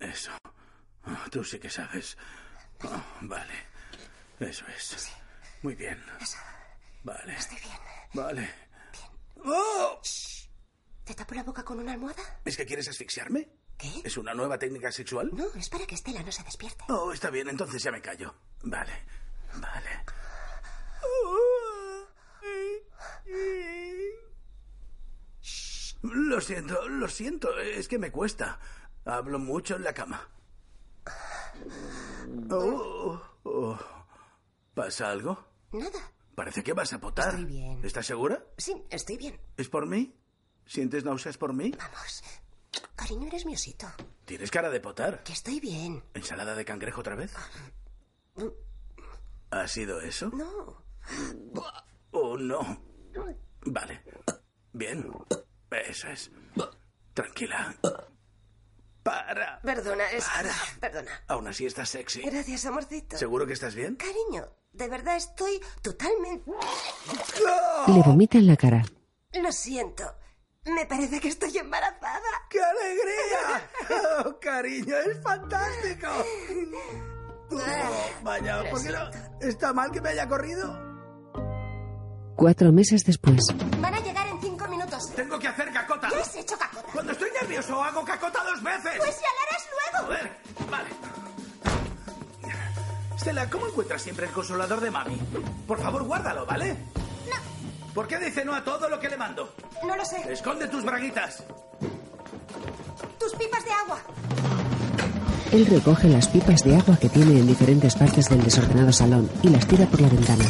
Eso. Oh, tú sí que sabes. Oh, vale. Eso es. Muy bien. Eso. Vale. Estoy bien. Vale. ¡Oh! ¿Te tapo la boca con una almohada? ¿Es que quieres asfixiarme? ¿Qué? ¿Es una nueva técnica sexual? No, es para que Estela no se despierte. Oh, está bien, entonces ya me callo. Vale. Vale. Lo siento, lo siento, es que me cuesta. Hablo mucho en la cama. Oh, oh. ¿Pasa algo? Nada. Parece que vas a potar. Estoy bien. ¿Estás segura? Sí, estoy bien. ¿Es por mí? ¿Sientes náuseas por mí? Vamos. Cariño, eres mi osito. Tienes cara de potar. Que estoy bien. ¿Ensalada de cangrejo otra vez? ¿Ha sido eso? No. Oh, no. Vale. Bien. Eso es. Tranquila. Para. Perdona, es... Perdona. Aún así estás sexy. Gracias, amorcito. ¿Seguro que estás bien? Cariño, de verdad estoy totalmente... Oh. Le vomita en la cara. Lo siento. Me parece que estoy embarazada. ¡Qué alegría! ¡Oh, cariño, es fantástico! Oh, vaya, ¿por qué no? ¿Está mal que me haya corrido? Cuatro meses después. Van a llegar en cinco minutos. Tengo que hacer cacota. ¿Qué has hecho, cacota? Cuando estoy nervioso hago cacota dos veces. Pues ya lo harás luego. Joder, vale. Stella, ¿cómo encuentras siempre el consolador de mami? Por favor, guárdalo, ¿vale? ¿Por qué dice no a todo lo que le mando? No lo sé. Esconde tus braguitas. Tus pipas de agua. Él recoge las pipas de agua que tiene en diferentes partes del desordenado salón y las tira por la ventana.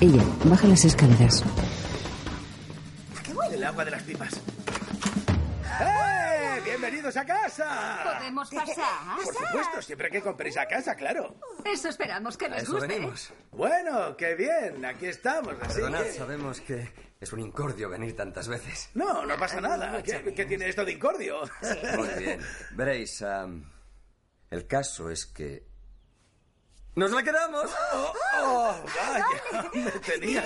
Ella baja las escaleras. ¿A qué Ah. huele? El agua de las pipas. ¡Eh! ¡Bienvenidos a casa! ¿Podemos pasar? Por supuesto, siempre que compréis a casa, claro. Eso esperamos que A les eso guste. ¿eh? venimos. Bueno, qué bien, aquí estamos. Así Perdonad, que- sabemos que es un incordio venir tantas veces. No, no pasa nada. ¿Qué, qué tiene esto de incordio? Muy bien. Veréis, am, el caso es que... ¡Nos la quedamos! Oh, oh, vaya, me tenías.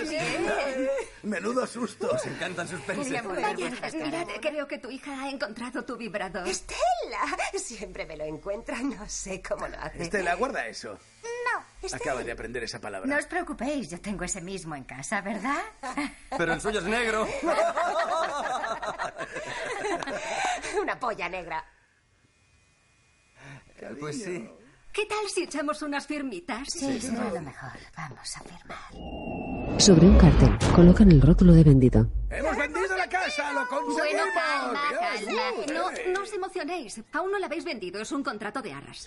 Menudo susto. Os encantan suspense. Sería muy bien. Mirad, creo que tu hija ha encontrado tu vibrador. Estela. Siempre me lo encuentra. No sé cómo lo hace. Estela, guarda eso. No, Estela. Acabo de aprender esa No palabra. os preocupéis, yo tengo ese mismo en casa, ¿verdad? Pero el suyo es negro. Una polla negra. Pues sí. ¿Qué tal si echamos unas firmitas? Sí, será lo mejor. Vamos a firmar. Sobre un cartel colocan el rótulo de vendido. ¡Hemos vendido la casa! ¡Lo Bueno, conseguimos! calma, Dios, calma. uh, eh. No, no os emocionéis. Aún no la habéis vendido. Es un contrato de arras.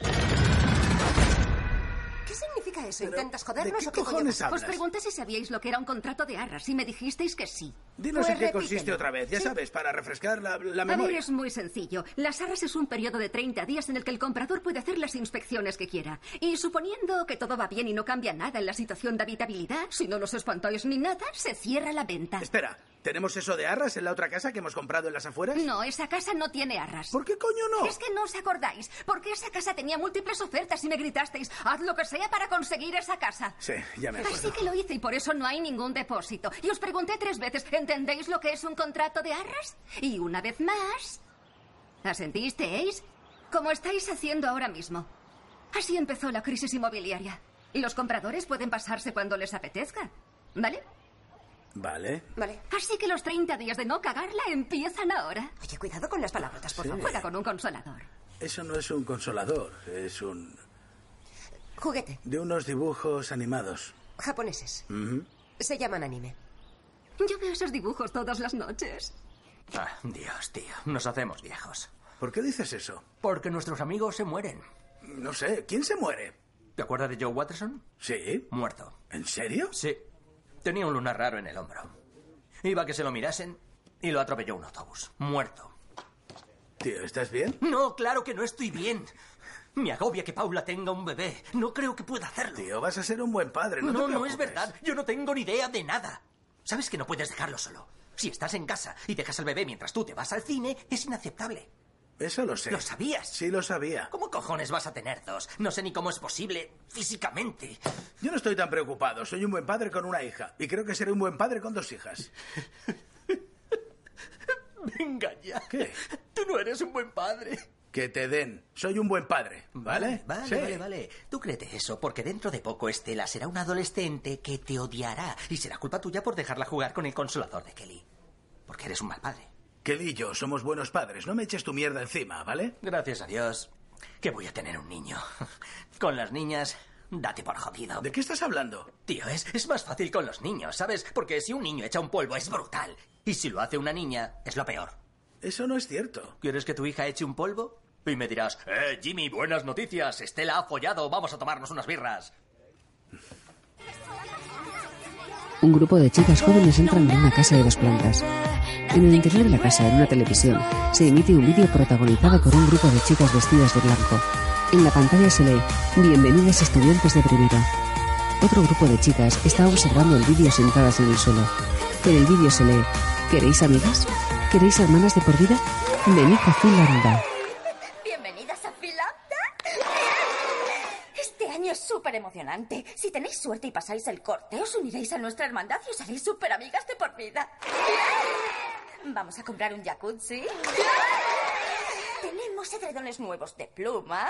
¿Qué significa eso? ¿Intentas ¿De jodernos qué o qué cojones Os hablas? pregunté si sabíais lo que era un contrato de arras y me dijisteis que sí. Dinos Pues en qué repítelo. consiste otra vez, ya sabes, para refrescar la, la A ver, memoria. es muy sencillo. Las arras es un periodo de 30 días en el que el comprador puede hacer las inspecciones que quiera. Y suponiendo que todo va bien y no cambia nada en la situación de habitabilidad, si no nos espantáis ni nada, se cierra la venta. Espera, ¿tenemos eso de arras en la otra casa que hemos comprado en las afueras? Mm. No, esa casa no tiene arras. ¿Por qué coño no? Es que no os acordáis, porque esa casa tenía múltiples ofertas y me gritasteis, haz lo que sea para conseguir esa casa. Sí, ya Pues me acuerdo. Así que lo hice y por eso no hay ningún depósito. Y os pregunté tres veces, ¿entendéis lo que es un contrato de arras? Y una vez más, ¿asentisteis? Como estáis haciendo ahora mismo. Así empezó la crisis inmobiliaria. Y los compradores pueden pasarse cuando les apetezca. ¿Vale? Vale. Vale. Así que los 30 días de no cagarla empiezan ahora. Oye, cuidado con las palabrotas, por favor. Juega con un consolador. Eso no es un consolador, es un... Juguete. de unos dibujos animados. Japoneses. Se llaman anime. Yo veo esos dibujos todas las noches. Ah, Dios, tío, nos hacemos viejos. ¿Por qué dices eso? Porque nuestros amigos se mueren. No sé, ¿quién se muere? ¿Te acuerdas de Joe Watterson? ¿Sí? Muerto. ¿En serio? Sí. Tenía un lunar raro en el hombro. Iba a que se lo mirasen y lo atropelló un autobús. Muerto. Tío, ¿estás bien? No, claro que no estoy bien. Me agobia que Paula tenga un bebé. No creo que pueda hacerlo. Tío, vas a ser un buen padre. No, No, te no, preocupes. es verdad. Yo no tengo ni idea de nada. Sabes que no puedes dejarlo solo. Si estás en casa y dejas al bebé mientras tú te vas al cine, es inaceptable. Eso lo sé. ¿Lo sabías? Sí, lo sabía. ¿Cómo cojones vas a tener dos? No sé ni cómo es posible físicamente. Yo no estoy tan preocupado. Soy un buen padre con una hija. Y creo que seré un buen padre con dos hijas. Venga ya. ¿Qué? Tú no eres un buen padre. Que te den. Soy un buen padre. ¿Vale? Mm, Vale, Sí. vale, vale. Tú créete eso, porque dentro de poco Estela será una adolescente que te odiará y será culpa tuya por dejarla jugar con el consolador de Kelly. Porque eres un mal padre. Kelly y yo somos buenos padres. No me eches tu mierda encima, ¿vale? Gracias a Dios que voy a tener un niño. Con las niñas, date por jodido. ¿De qué estás hablando? Tío, es, es más fácil con los niños, ¿sabes? Porque si un niño echa un polvo es brutal. Y si lo hace una niña, es lo peor. Eso no es cierto. ¿Quieres que tu hija eche un polvo? Y me dirás, eh, Jimmy, buenas noticias. Estela ha follado, vamos a tomarnos unas birras. Un grupo de chicas jóvenes entran en una casa de dos plantas. En el interior de la casa, en una televisión, se emite un vídeo protagonizado por un grupo de chicas vestidas de blanco. En la pantalla se lee Bienvenidas estudiantes de primero. Otro grupo de chicas está observando el vídeo sentadas en el suelo. En el vídeo se lee ¿Queréis amigas? ¿Queréis hermanas de por vida? Venid a Finlandia. Bienvenidas a Filapta. Este año es súper emocionante. Si tenéis suerte y pasáis el corte, os uniréis a nuestra hermandad y os haréis súper amigas de por vida. Vamos a comprar un jacuzzi. Tenemos edredones nuevos de pluma.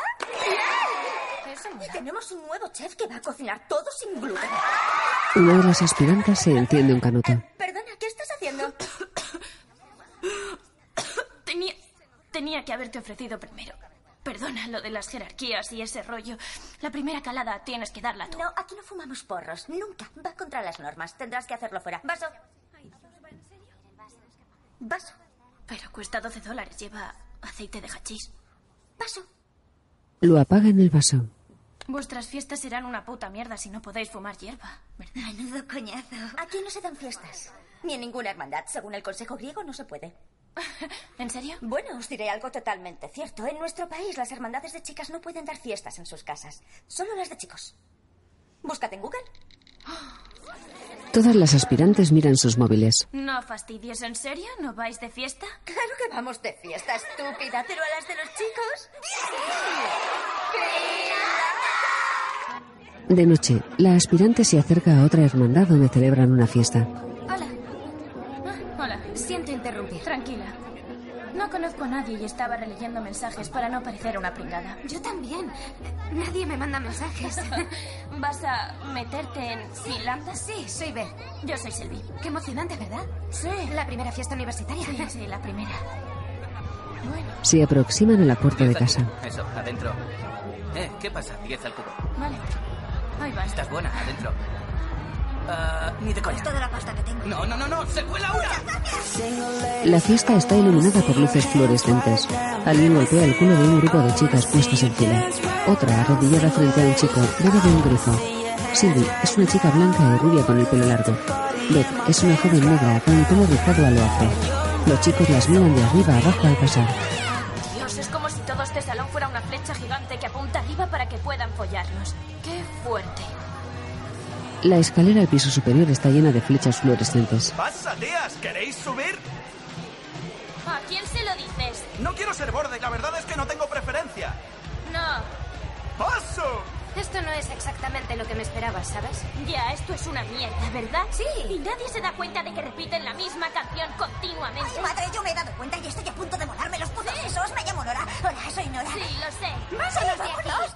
Y tenemos un nuevo chef que va a cocinar todo sin gluten. Una de las aspirantes se enciende un canuto. Perdona, ¿qué estás haciendo? Tenía, tenía que haberte ofrecido primero. Perdona lo de las jerarquías y ese rollo. La primera calada tienes que darla tú. No, aquí no fumamos porros. Nunca. Va contra las normas. Tendrás que hacerlo fuera. Vaso. Vaso. Pero cuesta 12 dólares, lleva aceite de hachís. Vaso. Lo apaga en el vaso. Vuestras fiestas serán una puta mierda si no podéis fumar hierba, ¿verdad? Menudo coñazo. Aquí no se dan fiestas. Ni en ninguna hermandad. Según el Consejo Griego, no se puede. ¿En serio? Bueno, os diré algo totalmente cierto. En nuestro país, las hermandades de chicas no pueden dar fiestas en sus casas. Solo las de chicos. Búscate en Google. Todas las aspirantes miran sus móviles. No fastidies, ¿en serio? ¿No vais de fiesta? Claro que vamos de fiesta, estúpida. Pero a las de los chicos. De noche, la aspirante se acerca a otra hermandad donde celebran una fiesta. Hola. Ah, hola. Siento interrumpir. Tranquila. No conozco a nadie y estaba releyendo mensajes para no parecer una pringada. Yo también. Nadie me manda mensajes. ¿Vas a meterte en Finlandia? Sí, soy Beth. Yo soy Silvi. Qué emocionante, ¿verdad? Sí. La primera fiesta universitaria. Sí, sí, la primera. Bueno, Se aproximan a la puerta de casa. Eso, adentro. Eh, ¿qué pasa? 10 al cubo. vale. Ahí va. Estás buena, adentro. Ah, ni de coña. Toda la pasta que tengo. No, no, no, no, se cuela una. La fiesta está iluminada por luces fluorescentes. Alguien golpea el culo de un grupo de chicas puestas en fila. Otra, arrodillada frente a un chico, bebe de un grifo. Cindy es una chica blanca y rubia con el pelo largo. Beth es una joven negra con el pelo rizado a lo afro. Los chicos las miran de arriba abajo al pasar. Dios, es como si todo este salón fuera una flecha gigante que apunta arriba para que puedan follarnos. ¡Qué fuerte! La escalera al piso superior está llena de flechas fluorescentes. ¡Pasa, tías! ¿Queréis subir? ¿A quién se lo dices? No quiero ser borde, la verdad es que no tengo preferencia. No, ¡Paso! Esto no es exactamente lo que me esperaba, ¿sabes? ya, esto es una mierda, ¿verdad? Sí. Y nadie se da cuenta de que repiten la misma canción continuamente. Madre, yo me he dado cuenta y estoy a punto de volarme los putos sesos. Me llamo Nora. Hola, soy Nora. Sí, lo sé. ¡Vámonos, vámonos!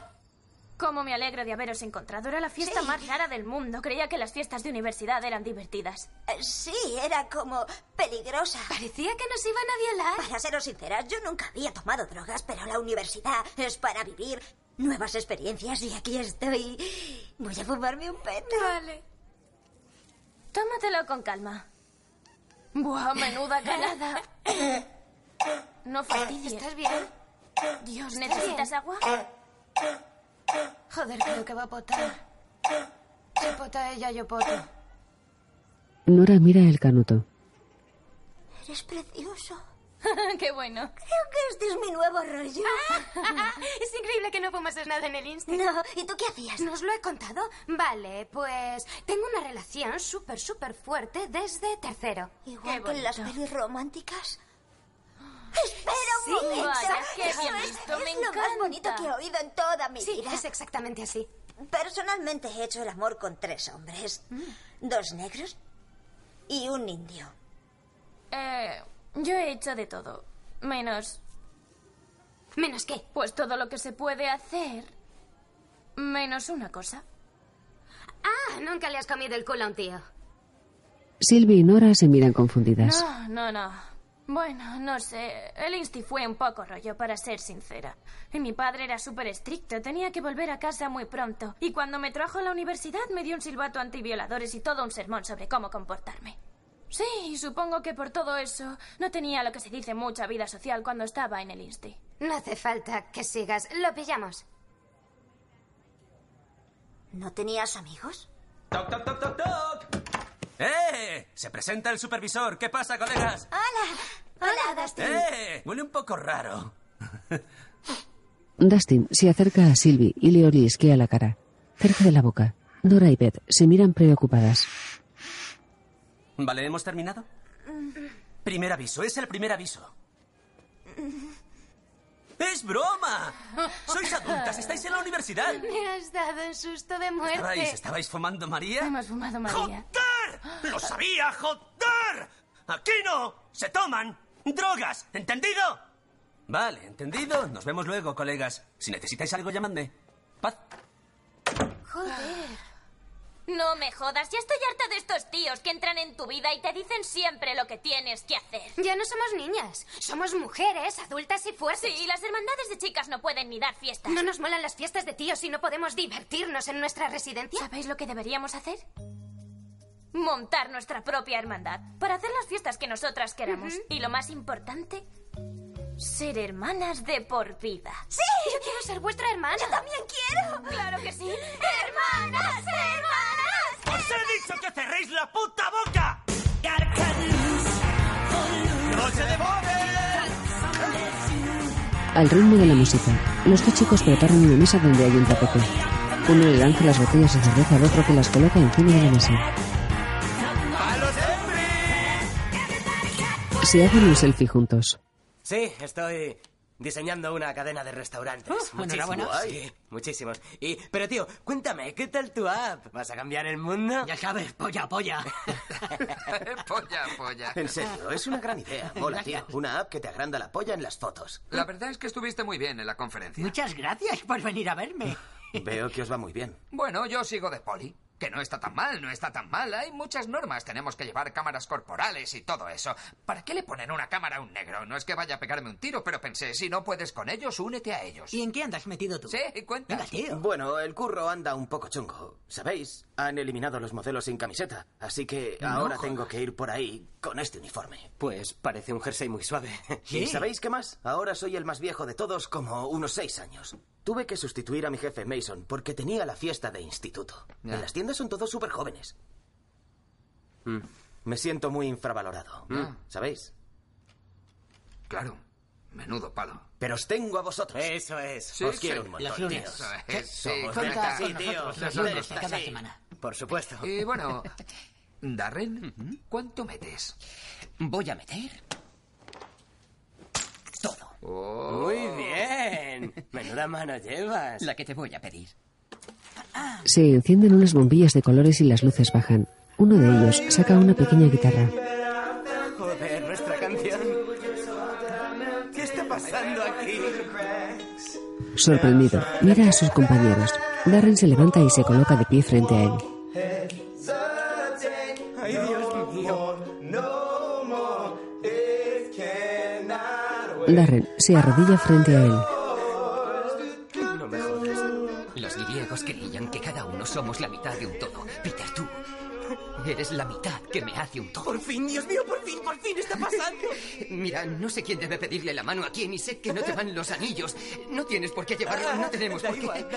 Cómo me alegro de haberos encontrado. Era la fiesta Sí. más rara del mundo. Creía que las fiestas de universidad eran divertidas. Eh, Sí, era como peligrosa. Parecía que nos iban a violar. Para seros sinceras, yo nunca había tomado drogas, pero la universidad es para vivir nuevas experiencias y aquí estoy. Voy a fumarme un peto. Vale. Tómatelo con calma. Buah, menuda calada. No fastidies. ¿Estás bien? Dios, ¿necesitas agua? Joder, creo que va a potar. Si pota ella, yo poto. Nora mira el canuto. Eres precioso. Qué bueno. Creo que este es mi nuevo rollo. es increíble que no fumases nada en el Insta. No, ¿y tú qué hacías? ¿Nos lo he contado? Vale, pues tengo una relación súper, súper fuerte desde tercero. Igual que en las pelis románticas. ¡Espera un momento! Vaya, qué Eso bien es- visto, me es lo más encanta. bonito que he oído en toda mi Sí, vida. es exactamente así. Personalmente he hecho el amor con tres hombres. Mm. Dos negros y un indio. Eh, yo he hecho de todo. Menos. ¿Menos qué? Pues todo lo que se puede hacer. Menos una cosa. Ah, nunca le has comido el culo a un tío. Silvi y Nora se miran confundidas. No, no, no. Bueno, no sé. El Insti fue un poco rollo, para ser sincera. Y mi padre era súper estricto. Tenía que volver a casa muy pronto. Y cuando me trajo a la universidad me dio un silbato antivioladores y todo un sermón sobre cómo comportarme. Sí, y supongo que por todo eso no tenía lo que se dice mucha vida social cuando estaba en el Insti. No hace falta que sigas. Lo pillamos. ¿No tenías amigos? ¡Toc, toc, toc, toc, toc! ¡Eh! Se presenta el supervisor. ¿Qué pasa, colegas? ¡Hola! ¡Hola, Dustin! ¡Eh! Huele un poco raro. Dustin se acerca a Silvi y le olisquea la cara, cerca de la boca. Nora y Beth se miran preocupadas. Vale, ¿hemos terminado? Primer aviso, es el primer aviso. ¡Es broma! ¡Sois adultas! ¡Estáis en la universidad! Me has dado un susto de ¿Estabais, muerte. estabais fumando María? Hemos fumado María. ¡Lo sabía, joder! ¡Aquí no! ¡Se toman drogas! ¿Entendido? Vale, entendido. Nos vemos luego, colegas. Si necesitáis algo, llamadme. Paz. Joder. No me jodas, ya estoy harta de estos tíos que entran en tu vida y te dicen siempre lo que tienes que hacer. Ya no somos niñas. Somos mujeres, adultas y fuertes. Sí, las hermandades de chicas no pueden ni dar fiestas. No nos molan las fiestas de tíos y no podemos divertirnos en nuestra residencia. ¿Sabéis lo que deberíamos hacer? Montar nuestra propia hermandad para hacer las fiestas que nosotras queramos. Y lo más importante, ser hermanas de por vida. Sí, yo quiero ser vuestra hermana. Yo también quiero. Claro que sí. Hermanas, hermanas. ¡Os he dicho que cerréis la puta boca! ¡Noche de Al ritmo de la música, los dos chicos preparan una mesa donde hay un tapete. Uno le lanza las botellas de cerveza al otro que las coloca encima de la mesa. Se hacen un selfie juntos. Sí, estoy diseñando una cadena de restaurantes. Oh, enhorabuena. Sí, muchísimos. Y, pero tío, cuéntame, ¿qué tal tu app? ¿Vas a cambiar el mundo? Ya sabes, polla, polla. polla, polla. En serio, es una gran idea. Mola, tío. Una app que te agranda la polla en las fotos. La verdad es que estuviste muy bien en la conferencia. Muchas gracias por venir a verme. Veo que os va muy bien. Bueno, yo sigo de poli. Que no está tan mal, no está tan mal. Hay muchas normas. Tenemos que llevar cámaras corporales y todo eso. ¿Para qué le ponen una cámara a un negro? No es que vaya a pegarme un tiro, pero pensé, si no puedes con ellos, únete a ellos. ¿Y en qué andas metido tú? Sí, cuenta. Bueno, el curro anda un poco chungo. ¿Sabéis? Han eliminado los modelos sin camiseta. Así que No ahora jodas. tengo que ir por ahí con este uniforme. Pues parece un jersey muy suave. ¿Y sabéis qué más? Ahora soy el más viejo de todos, como unos seis años. Tuve que sustituir a mi jefe Mason porque tenía la fiesta de instituto. Ya. En las tiendas son todos súper jóvenes. Mm. Me siento muy infravalorado. Mm. ¿Sabéis? Claro. Menudo palo. Pero os tengo a vosotros. Eso es. Sí, Os sí. quiero un montón, Los lunes. tíos. Eso es, sí, Somos cuenta ventas, con sí, nosotros, tíos. Los nosotros, lunes de cada sí. semana. Por supuesto. Y bueno, Darren, ¿cuánto metes? Voy a meter. Todo. Oh. Muy bien. Menuda mano llevas. La que te voy a pedir. Se encienden unas bombillas de colores y las luces bajan. Uno de ellos saca una pequeña guitarra. Joder, nuestra canción. ¿Qué está pasando aquí? Sorprendido, mira a sus compañeros. Darren se levanta y se coloca de pie frente a él. Ay, Dios mío. Darren se arrodilla frente a él. No me jodas. Los griegos creían que cada uno somos la mitad de un todo. Peter, tú eres la mitad que me hace un todo. Por fin, Dios mío, por fin, por fin está pasando. Mira, no sé quién debe pedirle la mano a quién y sé que no te van los anillos. Ah, No tienes por qué llevarlo, no tenemos por qué.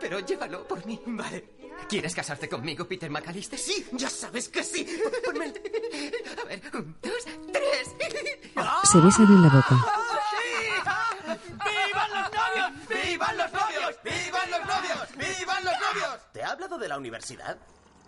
Pero llévalo por mí. Vale. ¿Quieres casarte conmigo, Peter McAllister? Sí, ya sabes que sí. Ponme el- A ver, un, dos, tres. Se besan en la boca. Ah, ¡Vivan los novios! ¡Vivan los novios! ¡Vivan los novios! ¡Vivan los novios! ¿Te ha hablado de la universidad?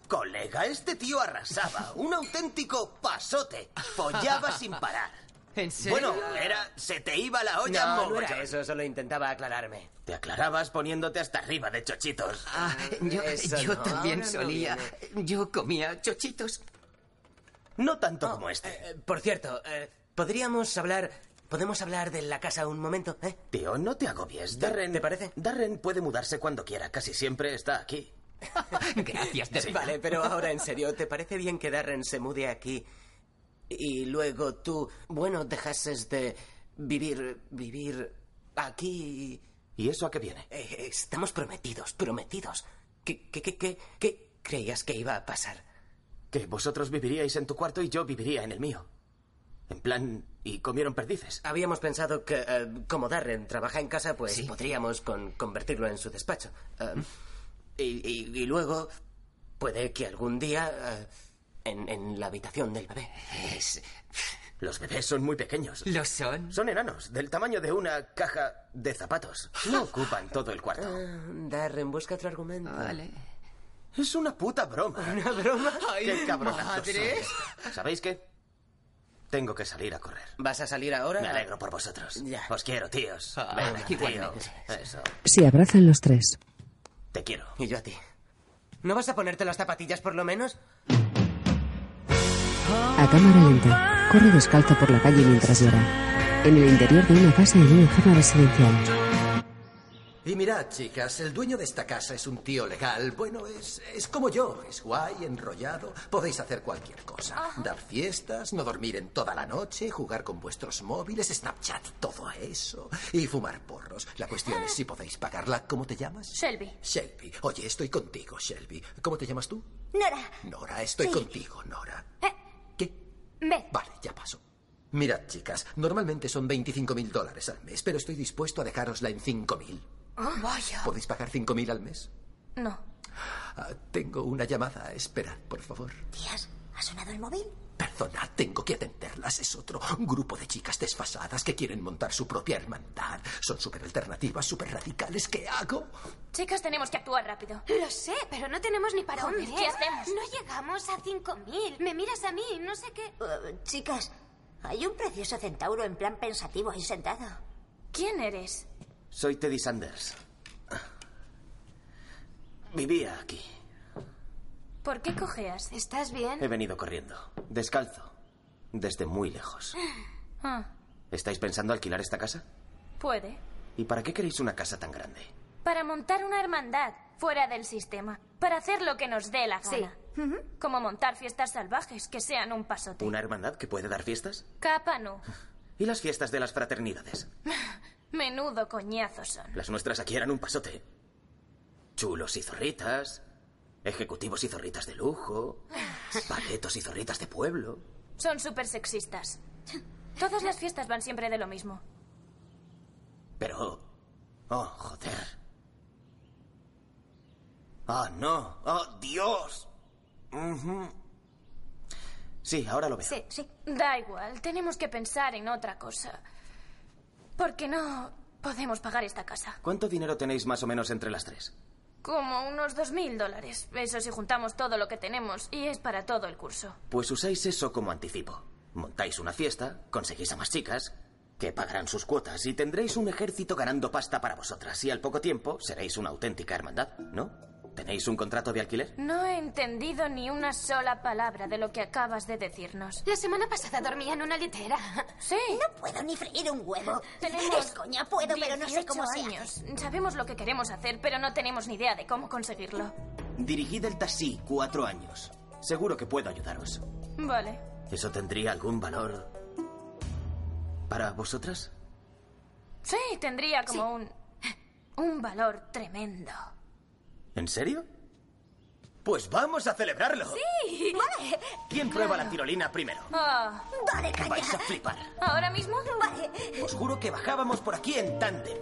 Colega, este tío arrasaba. Un auténtico pasote. Follaba sin parar. ¿En Bueno, era... Se te iba la olla no, no mogollón. era eso, solo intentaba aclararme. Te aclarabas poniéndote hasta arriba de chochitos. Ah, yo Eso yo no, también ahora no solía. yo comía chochitos. No tanto como este. Por cierto, Oh, eh, podríamos hablar. ¿Podemos hablar de la casa un momento, eh? Tío, no te agobies. Darren, ¿te parece? Darren puede mudarse cuando quiera. Casi siempre está aquí. Gracias, Sí, vale, pero ahora en serio, ¿te parece bien que Darren se mude aquí y luego tú, bueno, dejases de vivir, vivir aquí? ¿Y eso a qué viene? Eh, estamos prometidos, prometidos. ¿Qué, qué, qué, qué, qué creías que iba a pasar? Que vosotros viviríais en tu cuarto y yo viviría en el mío. En plan, y comieron perdices. Habíamos pensado que, eh, como Darren trabaja en casa, pues podríamos con- convertirlo en su despacho. Eh, ¿Mm? y, y- y luego, puede que algún día, eh, en, en la habitación del bebé. Los bebés son muy pequeños. ¿Lo son? Son enanos, del tamaño de una caja de zapatos. No ocupan todo el cuarto. Darren, busca otro argumento. Vale. Es una puta broma. ¿Una broma? ¡Qué cabronazo madre. sois. ¿Sabéis qué? Tengo que salir a correr. ¿Vas a salir ahora? Me alegro por vosotros. Os quiero, tíos. Ah, Venga, tíos. Eso. Se abrazan los tres. Te quiero. Y yo a ti. ¿No vas a ponerte las zapatillas por lo menos? A cámara lenta, corre descalzo por la calle mientras llora. En el interior de una casa en una zona residencial. Y mirad, chicas, el dueño de esta casa es un tío legal. Bueno, es, es como yo. Es guay, enrollado. Podéis hacer cualquier cosa. Dar fiestas, no dormir en toda la noche, jugar con vuestros móviles, Snapchat, todo eso. Y fumar porros. La cuestión es si podéis pagarla. ¿Cómo te llamas? Shelby. Shelby. Oye, estoy contigo, Shelby. ¿Cómo te llamas tú? Nora. Nora, estoy Sí. contigo, Nora. Beth. Vale, ya paso. Mirad, chicas, normalmente son 25 mil dólares al mes, pero estoy dispuesto a dejárosla en 5 mil. vaya. ¿Podéis pagar 5.000 al mes? No. Ah, tengo una llamada. Esperad, por favor. Tías, ¿ha sonado el móvil? Perdona, tengo que atenderlas. Es otro grupo de chicas desfasadas que quieren montar su propia hermandad. Son súper alternativas, súper radicales. ¿Qué hago? Chicas, tenemos que actuar rápido. Lo sé, pero no tenemos ni para Joder, dónde. ¿qué hacemos? No llegamos a 5.000. Me miras a mí, y no sé qué. Eh, chicas, hay un precioso centauro en plan pensativo ahí sentado. ¿Quién eres? Soy Teddy Sanders. Vivía aquí. ¿Por qué cojeas? ¿Estás He bien? venido corriendo, descalzo, desde muy lejos. Ah, ¿Estáis pensando alquilar esta casa? puede. ¿Y para qué queréis una casa tan grande? Para montar una hermandad fuera del sistema. Para hacer lo que nos dé la gana. Como montar fiestas salvajes que sean un pasote. ¿Una hermandad que puede dar fiestas? Capa no. ¿Y las fiestas de las fraternidades? Menudo coñazo son. Las nuestras aquí eran un pasote. Chulos y zorritas, ejecutivos y zorritas de lujo, paletos y zorritas de pueblo. Son súper sexistas. Todas las fiestas van siempre de lo mismo. Pero... Oh, joder. Oh, no. Oh, Dios. Ujú. Sí, ahora lo veo. sí. Da igual, tenemos que pensar en otra cosa. Porque no podemos pagar esta casa. ¿Cuánto dinero tenéis más o menos entre las tres? Como unos dos mil dólares. Eso si juntamos todo lo que tenemos y es para todo el curso. Pues usáis eso como anticipo. Montáis una fiesta, conseguís a más chicas, que pagarán sus cuotas y tendréis un ejército ganando pasta para vosotras. Y al poco tiempo seréis una auténtica hermandad, ¿no? ¿Tenéis un contrato de alquiler? No he entendido ni una sola palabra de lo que acabas de decirnos. La semana pasada dormía en una litera. Sí. No puedo ni freír un huevo. Tenemos Es coña, puedo, pero no sé 18 cómo se años. Sabemos lo que queremos hacer, pero no tenemos ni idea de cómo conseguirlo. Dirigid el taxi, cuatro años. Seguro que puedo ayudaros. Vale. ¿Eso tendría algún valor para vosotras? Sí, tendría como un. un valor tremendo. ¿En serio? Pues vamos a celebrarlo. ¡Sí! ¡Vale! ¿Quién prueba la tirolina primero? ¡Vale, Vais a flipar. Ah, ¿Ahora mismo? Vale. Os juro que bajábamos por aquí en tándem.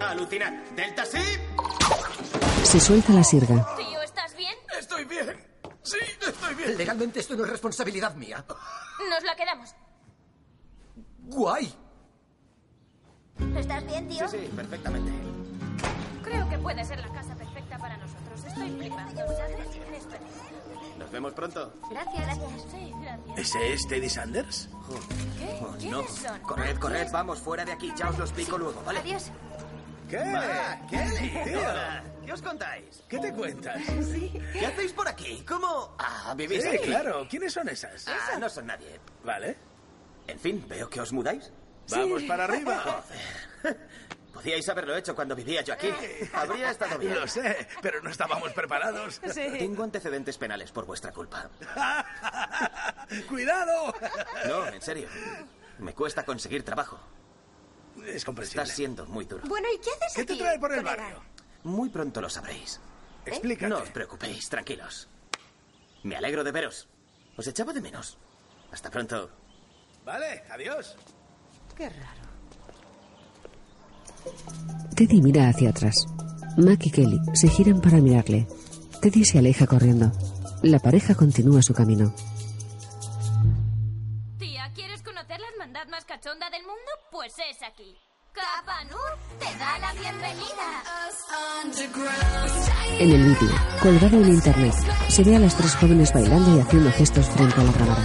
Alucinad. Delta sí. Se suelta la sirga. Tío, Estoy bien. Sí, estoy bien. Legalmente esto no es responsabilidad mía. Nos la quedamos. Guay. ¿Estás bien, tío? Sí, sí, perfectamente. Creo que puede ser la casa perfecta para nosotros. Estoy flipando, ¿sabes? Espera. Nos vemos pronto. Gracias. Gracias. Sí, gracias. ¿Ese es Teddy Sanders? ¿Qué? Oh, ¿Quiénes no. son? Corred, corred, vamos, fuera de aquí. Ya os lo explico luego, ¿vale? Adiós. ¿Qué? Va, ¿Qué? Tío. ¿Qué os contáis? ¿Qué te cuentas? ¿Qué hacéis por aquí? ¿Cómo? Ah, vivís Sí, aquí. claro. ¿Quiénes son esas? Ah, no son nadie. Vale. En fin, veo que os mudáis. Vamos para arriba. Joder. Podíais haberlo hecho cuando vivía yo aquí. Habría estado bien. Lo sé, Eh, pero no estábamos preparados. Tengo antecedentes penales por vuestra culpa. ¡Cuidado! No, en serio. Me cuesta conseguir trabajo. Es comprensible. Está siendo muy duro. Bueno, ¿y qué haces ¿Qué te trae por el barrio? Muy pronto lo sabréis. Explícate. No os preocupéis, tranquilos. Me alegro de veros. Os echaba de menos. Hasta pronto. Vale, adiós. Qué raro. Teddy mira hacia atrás. Mac y Kelly se giran para mirarle. Teddy se aleja corriendo. La pareja continúa su camino. Tía, ¿quieres conocer la hermandad más cachonda del mundo? Pues es aquí. Capanur te da la bienvenida. En el vídeo, colgado en internet, se ve a las tres jóvenes bailando y haciendo gestos frente a la cámara.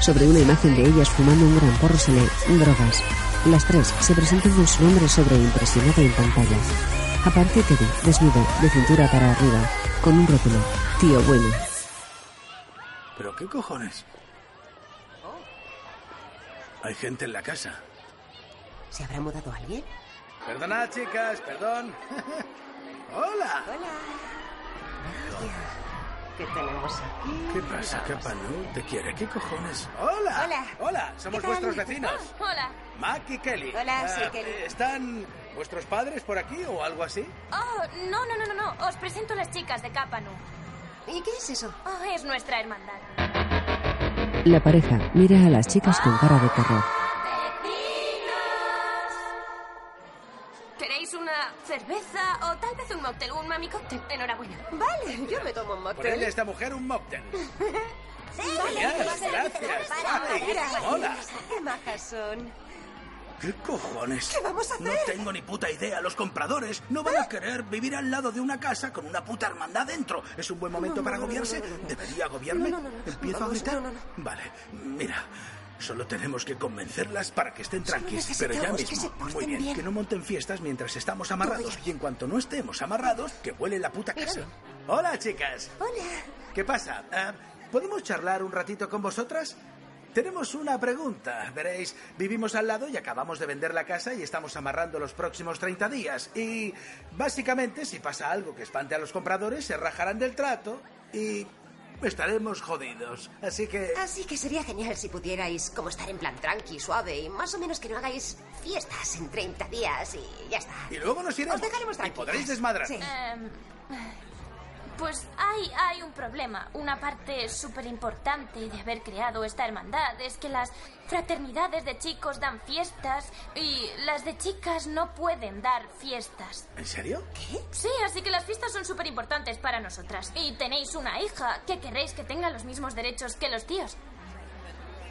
Sobre una imagen de ellas fumando un gran porro se lee drogas. Las tres se presentan con su nombre sobreimpresionado en pantalla. Aparte Teddy, desnudo, de cintura para arriba, con un rótulo. Tío bueno. ¿Pero qué cojones? Hay gente en la casa. ¿Se habrá mudado alguien? Perdonad, chicas, perdón. Hola. ¿Qué tenemos aquí? ¿Qué pasa, Capanú? ¿Te quiere? ¿Qué cojones? Hola. Hola. Hola, somos ¿Qué tal? vuestros vecinos. Oh, Hola. Mac y Kelly. Hola, Ah, soy Kelly. ¿Están vuestros padres por aquí o algo así? Oh, no, no, no, no, no. Os presento a las chicas de Capanu. ¿Y qué es eso? Oh, es nuestra hermandad. La pareja mira a las chicas con cara de terror. ¿Queréis una cerveza o tal vez un mocktail, un mami cóctel? Enhorabuena. Vale, yo me tomo un motel. Ponedle a esta mujer un mocktail. Vale, Genial, vas a- gracias. Para, Ay, gracias. hola. Qué majas son. ¿Qué cojones? ¿Qué vamos a No hacer? ¿Eh? tengo ni puta idea. Los compradores no van a querer vivir al lado de una casa con una puta hermandad dentro. ¿Es un buen momento No, no, para no, no, agobiarse? no, no, no. ¿Debería agobiarme? No, no, no, no. ¿Empiezo Vamos, a gritar? no, no, Vale, mira. Solo tenemos que convencerlas para que estén Solo tranquilas, pero ya necesitamos que se mismo. porten Muy bien, bien. que no monten fiestas mientras estamos amarrados. Y en cuanto no estemos amarrados, que huele la puta casa. Hola, chicas. Hola. ¿Qué pasa? Ah, ¿Podemos charlar un ratito con vosotras? Tenemos una pregunta. Veréis, vivimos al lado y acabamos de vender la casa y estamos amarrando los próximos 30 días. Y básicamente, si pasa algo que espante a los compradores, se rajarán del trato y estaremos jodidos. Así que... Así que sería genial si pudierais como estar en plan tranqui, suave y más o menos que no hagáis fiestas en 30 días y ya está. Y luego nos iremos. Os dejaremos y tranquilas. podréis desmadrar. Sí. Em, pues hay, hay un problema. Una parte súper importante de haber creado esta hermandad es que las fraternidades de chicos dan fiestas y las de chicas no pueden dar fiestas. ¿En serio? Sí, así que las fiestas son súper importantes para nosotras. Y tenéis una hija que queréis que tenga los mismos derechos que los tíos.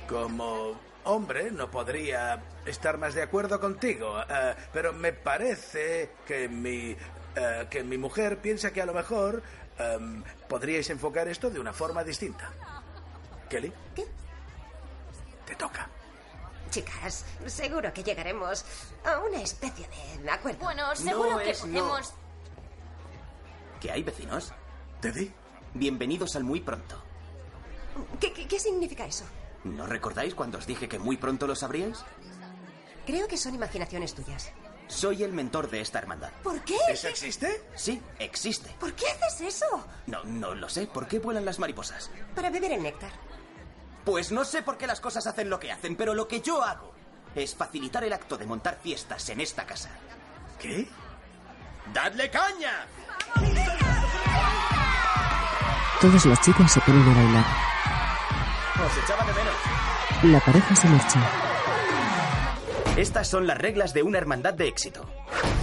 Como hombre, no podría estar más de acuerdo contigo, eh, pero me parece que mi, eh, que mi mujer piensa que a lo mejor em, podríais enfocar esto de una forma distinta. Kelly. ¿Qué? Te toca. Chicas, seguro que llegaremos a una especie de acuerdo. Bueno, seguro que es no. podemos. ¿Qué hay, vecinos? Teddy. Bienvenidos al muy pronto. ¿Qué, qué- qué significa eso? ¿No recordáis cuando os dije que muy pronto lo sabríais? Creo que son imaginaciones tuyas. Soy el mentor de esta hermandad. ¿Por qué? ¿Eso existe? Sí, existe. ¿Por qué haces eso? No, no lo sé. ¿Por qué vuelan las mariposas? Para beber el néctar. Pues no sé por qué las cosas hacen lo que hacen, pero lo que yo hago es facilitar el acto de montar fiestas en esta casa. ¿Qué? ¡Dadle caña! Todas las chicas se ponen a bailar. Os echaba de menos. La pareja se marcha. Estas son las reglas de una hermandad de éxito.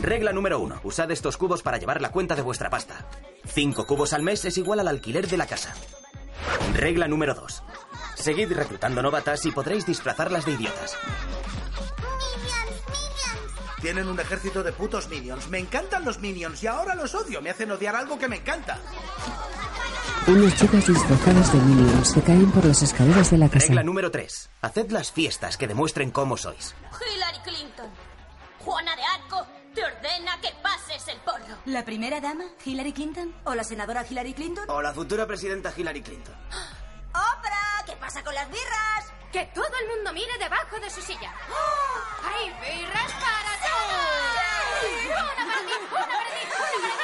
Regla número uno. Usad estos cubos para llevar la cuenta de vuestra pasta. Cinco cubos al mes es igual al alquiler de la casa. Regla número 2. Seguid reclutando novatas y podréis disfrazarlas de idiotas. Tienen un ejército de putos minions. Me encantan los minions y ahora los odio. Me hacen odiar algo que me encanta. Unas chicas disfrazadas de minions se caen por las escaleras de la casa. Regla número 3. Haced las fiestas que demuestren cómo sois. Hillary Clinton. Juana de Arco te ordena que pases el porro. ¿La primera dama, Hillary Clinton? ¿O la senadora Hillary Clinton? O la futura presidenta Hillary Clinton. ¡Oprah! ¿Qué pasa con las birras? Que todo el mundo mire debajo de su silla. ¡Oh! ¡Hay birras para todos! ¡Una para ti! ¡Una para ti! ¡Una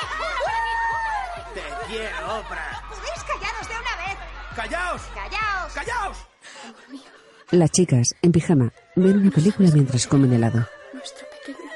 para ti! ¡Una para ti! Te quiero, Oprah. ¡Podéis callaros de una vez! ¡Callaos! ¡Callaos! ¡Callaos! Las chicas, en pijama, ven una película mientras comen helado. Nuestro pequeño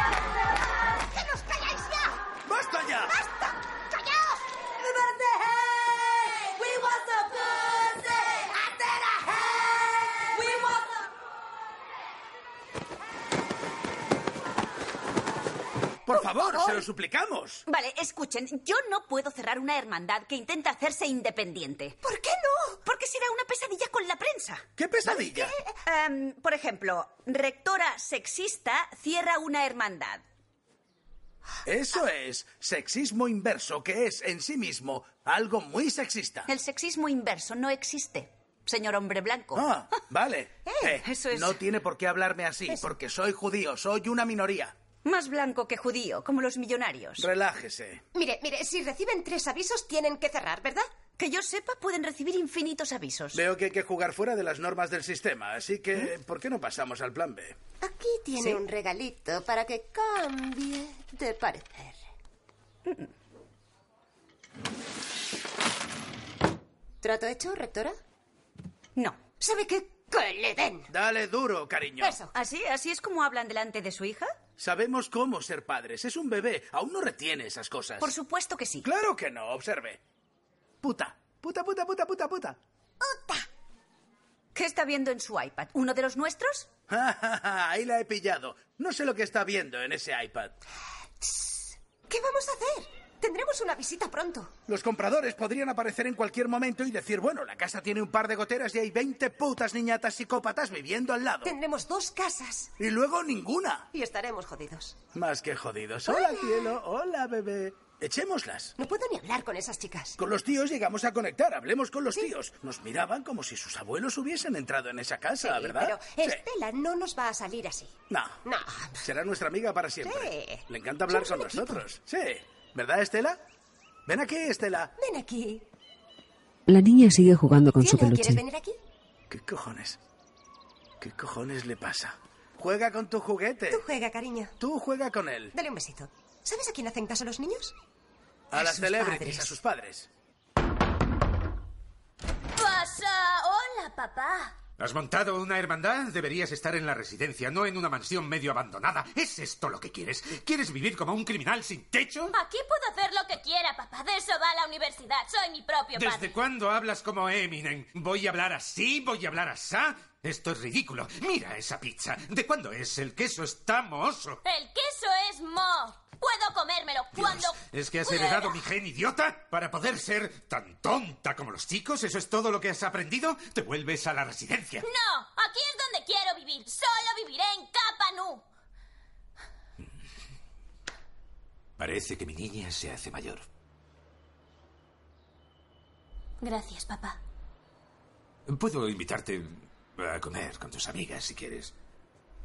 ¡Que nos calláis ya! ¡Basta ya! ¡Basta! ¡Callaos! ¡We want the hay! ¡We want the pussy! ¡Antena hay! ¡We want the... Oh, Por favor, se lo suplicamos. Vale, escuchen, yo no puedo cerrar una hermandad que intenta hacerse independiente. ¿Por qué no? Porque será una pesadilla con la prensa. ¿Qué pesadilla? Em, por ejemplo, rectora sexista cierra una hermandad. Eso es sexismo inverso, que es en sí mismo algo muy sexista. El sexismo inverso no existe, señor hombre blanco. Ah, vale. Eh, eso es- No tiene por qué hablarme así, Eso. porque soy judío, soy una minoría. Más blanco que judío, como los millonarios. Relájese. Mire, mire, si reciben tres avisos tienen que cerrar, ¿verdad? Que yo sepa, pueden recibir infinitos avisos. Veo que hay que jugar fuera de las normas del sistema, así ¿Eh? que ¿por qué no pasamos al plan B? Aquí tiene un regalito para que cambie de parecer. Mm. ¿Trato hecho, rectora? No. ¿Sabe qué? ¡Que le den! Dale duro, cariño. ¿Así? ¿Así es como hablan delante de su hija? Sabemos cómo ser padres. Es un bebé. Aún no retiene esas cosas. Por supuesto que sí. Claro que no. Observe. Puta. Puta, puta, puta, puta, puta. ¿Qué está viendo en su iPad? ¿Uno de los nuestros? Ahí la he pillado. No sé lo que está viendo en ese iPad. ¿Qué vamos a hacer? Tendremos una visita pronto. Los compradores podrían aparecer en cualquier momento y decir, bueno, la casa tiene un par de goteras y hay 20 putas niñatas psicópatas viviendo al lado. Tendremos dos casas. Y luego ninguna. Y estaremos jodidos. Más que jodidos. Hola, cielo. Hola, bebé. Echémoslas. No puedo ni hablar con esas chicas. Con los tíos llegamos a conectar. Hablemos con los tíos. Nos miraban como si sus abuelos hubiesen entrado en esa casa, Sí, Ah, ¿verdad? Pero este- Sí. Estela no nos va a salir así. No. No. Será nuestra amiga para siempre. Sí. Le encanta hablar con nosotros. Sí. ¿Verdad, Estela? Ven aquí, Estela. Ven aquí. La niña sigue jugando con su peluche. aquí? ¿Qué cojones? ¿Qué cojones le pasa? Juega con tu juguete. Tú juega, cariño. Tú juega con él. Dale un besito. ¿Sabes a quién hacen caso los niños? A, A las sus celebrities, padres. a sus padres. ¡Pasa! ¡Hola, papá! ¿Has montado una hermandad? Deberías estar en la residencia, no en una mansión medio abandonada. ¿Es esto lo que quieres? ¿Quieres vivir como un criminal sin techo? Aquí puedo hacer lo que quiera, papá. De eso va la universidad. Soy mi propio padre. ¿Desde cuándo hablas como Eminem? ¿Voy a hablar así? ¿Voy a hablar asá? Esto es ridículo. Mira esa pizza. ¿De cuándo es? El queso está mohoso. El queso es mo. Puedo comérmelo cuando... ¿Es que has heredado mi gen idiota? ¿Para poder ser tan tonta como los chicos? ¿Eso es todo lo que has aprendido? Te vuelves a la residencia. No, aquí es donde quiero vivir. Solo viviré en Capanú. Parece que mi niña se hace mayor. Gracias, papá. Puedo invitarte a comer con tus amigas si quieres.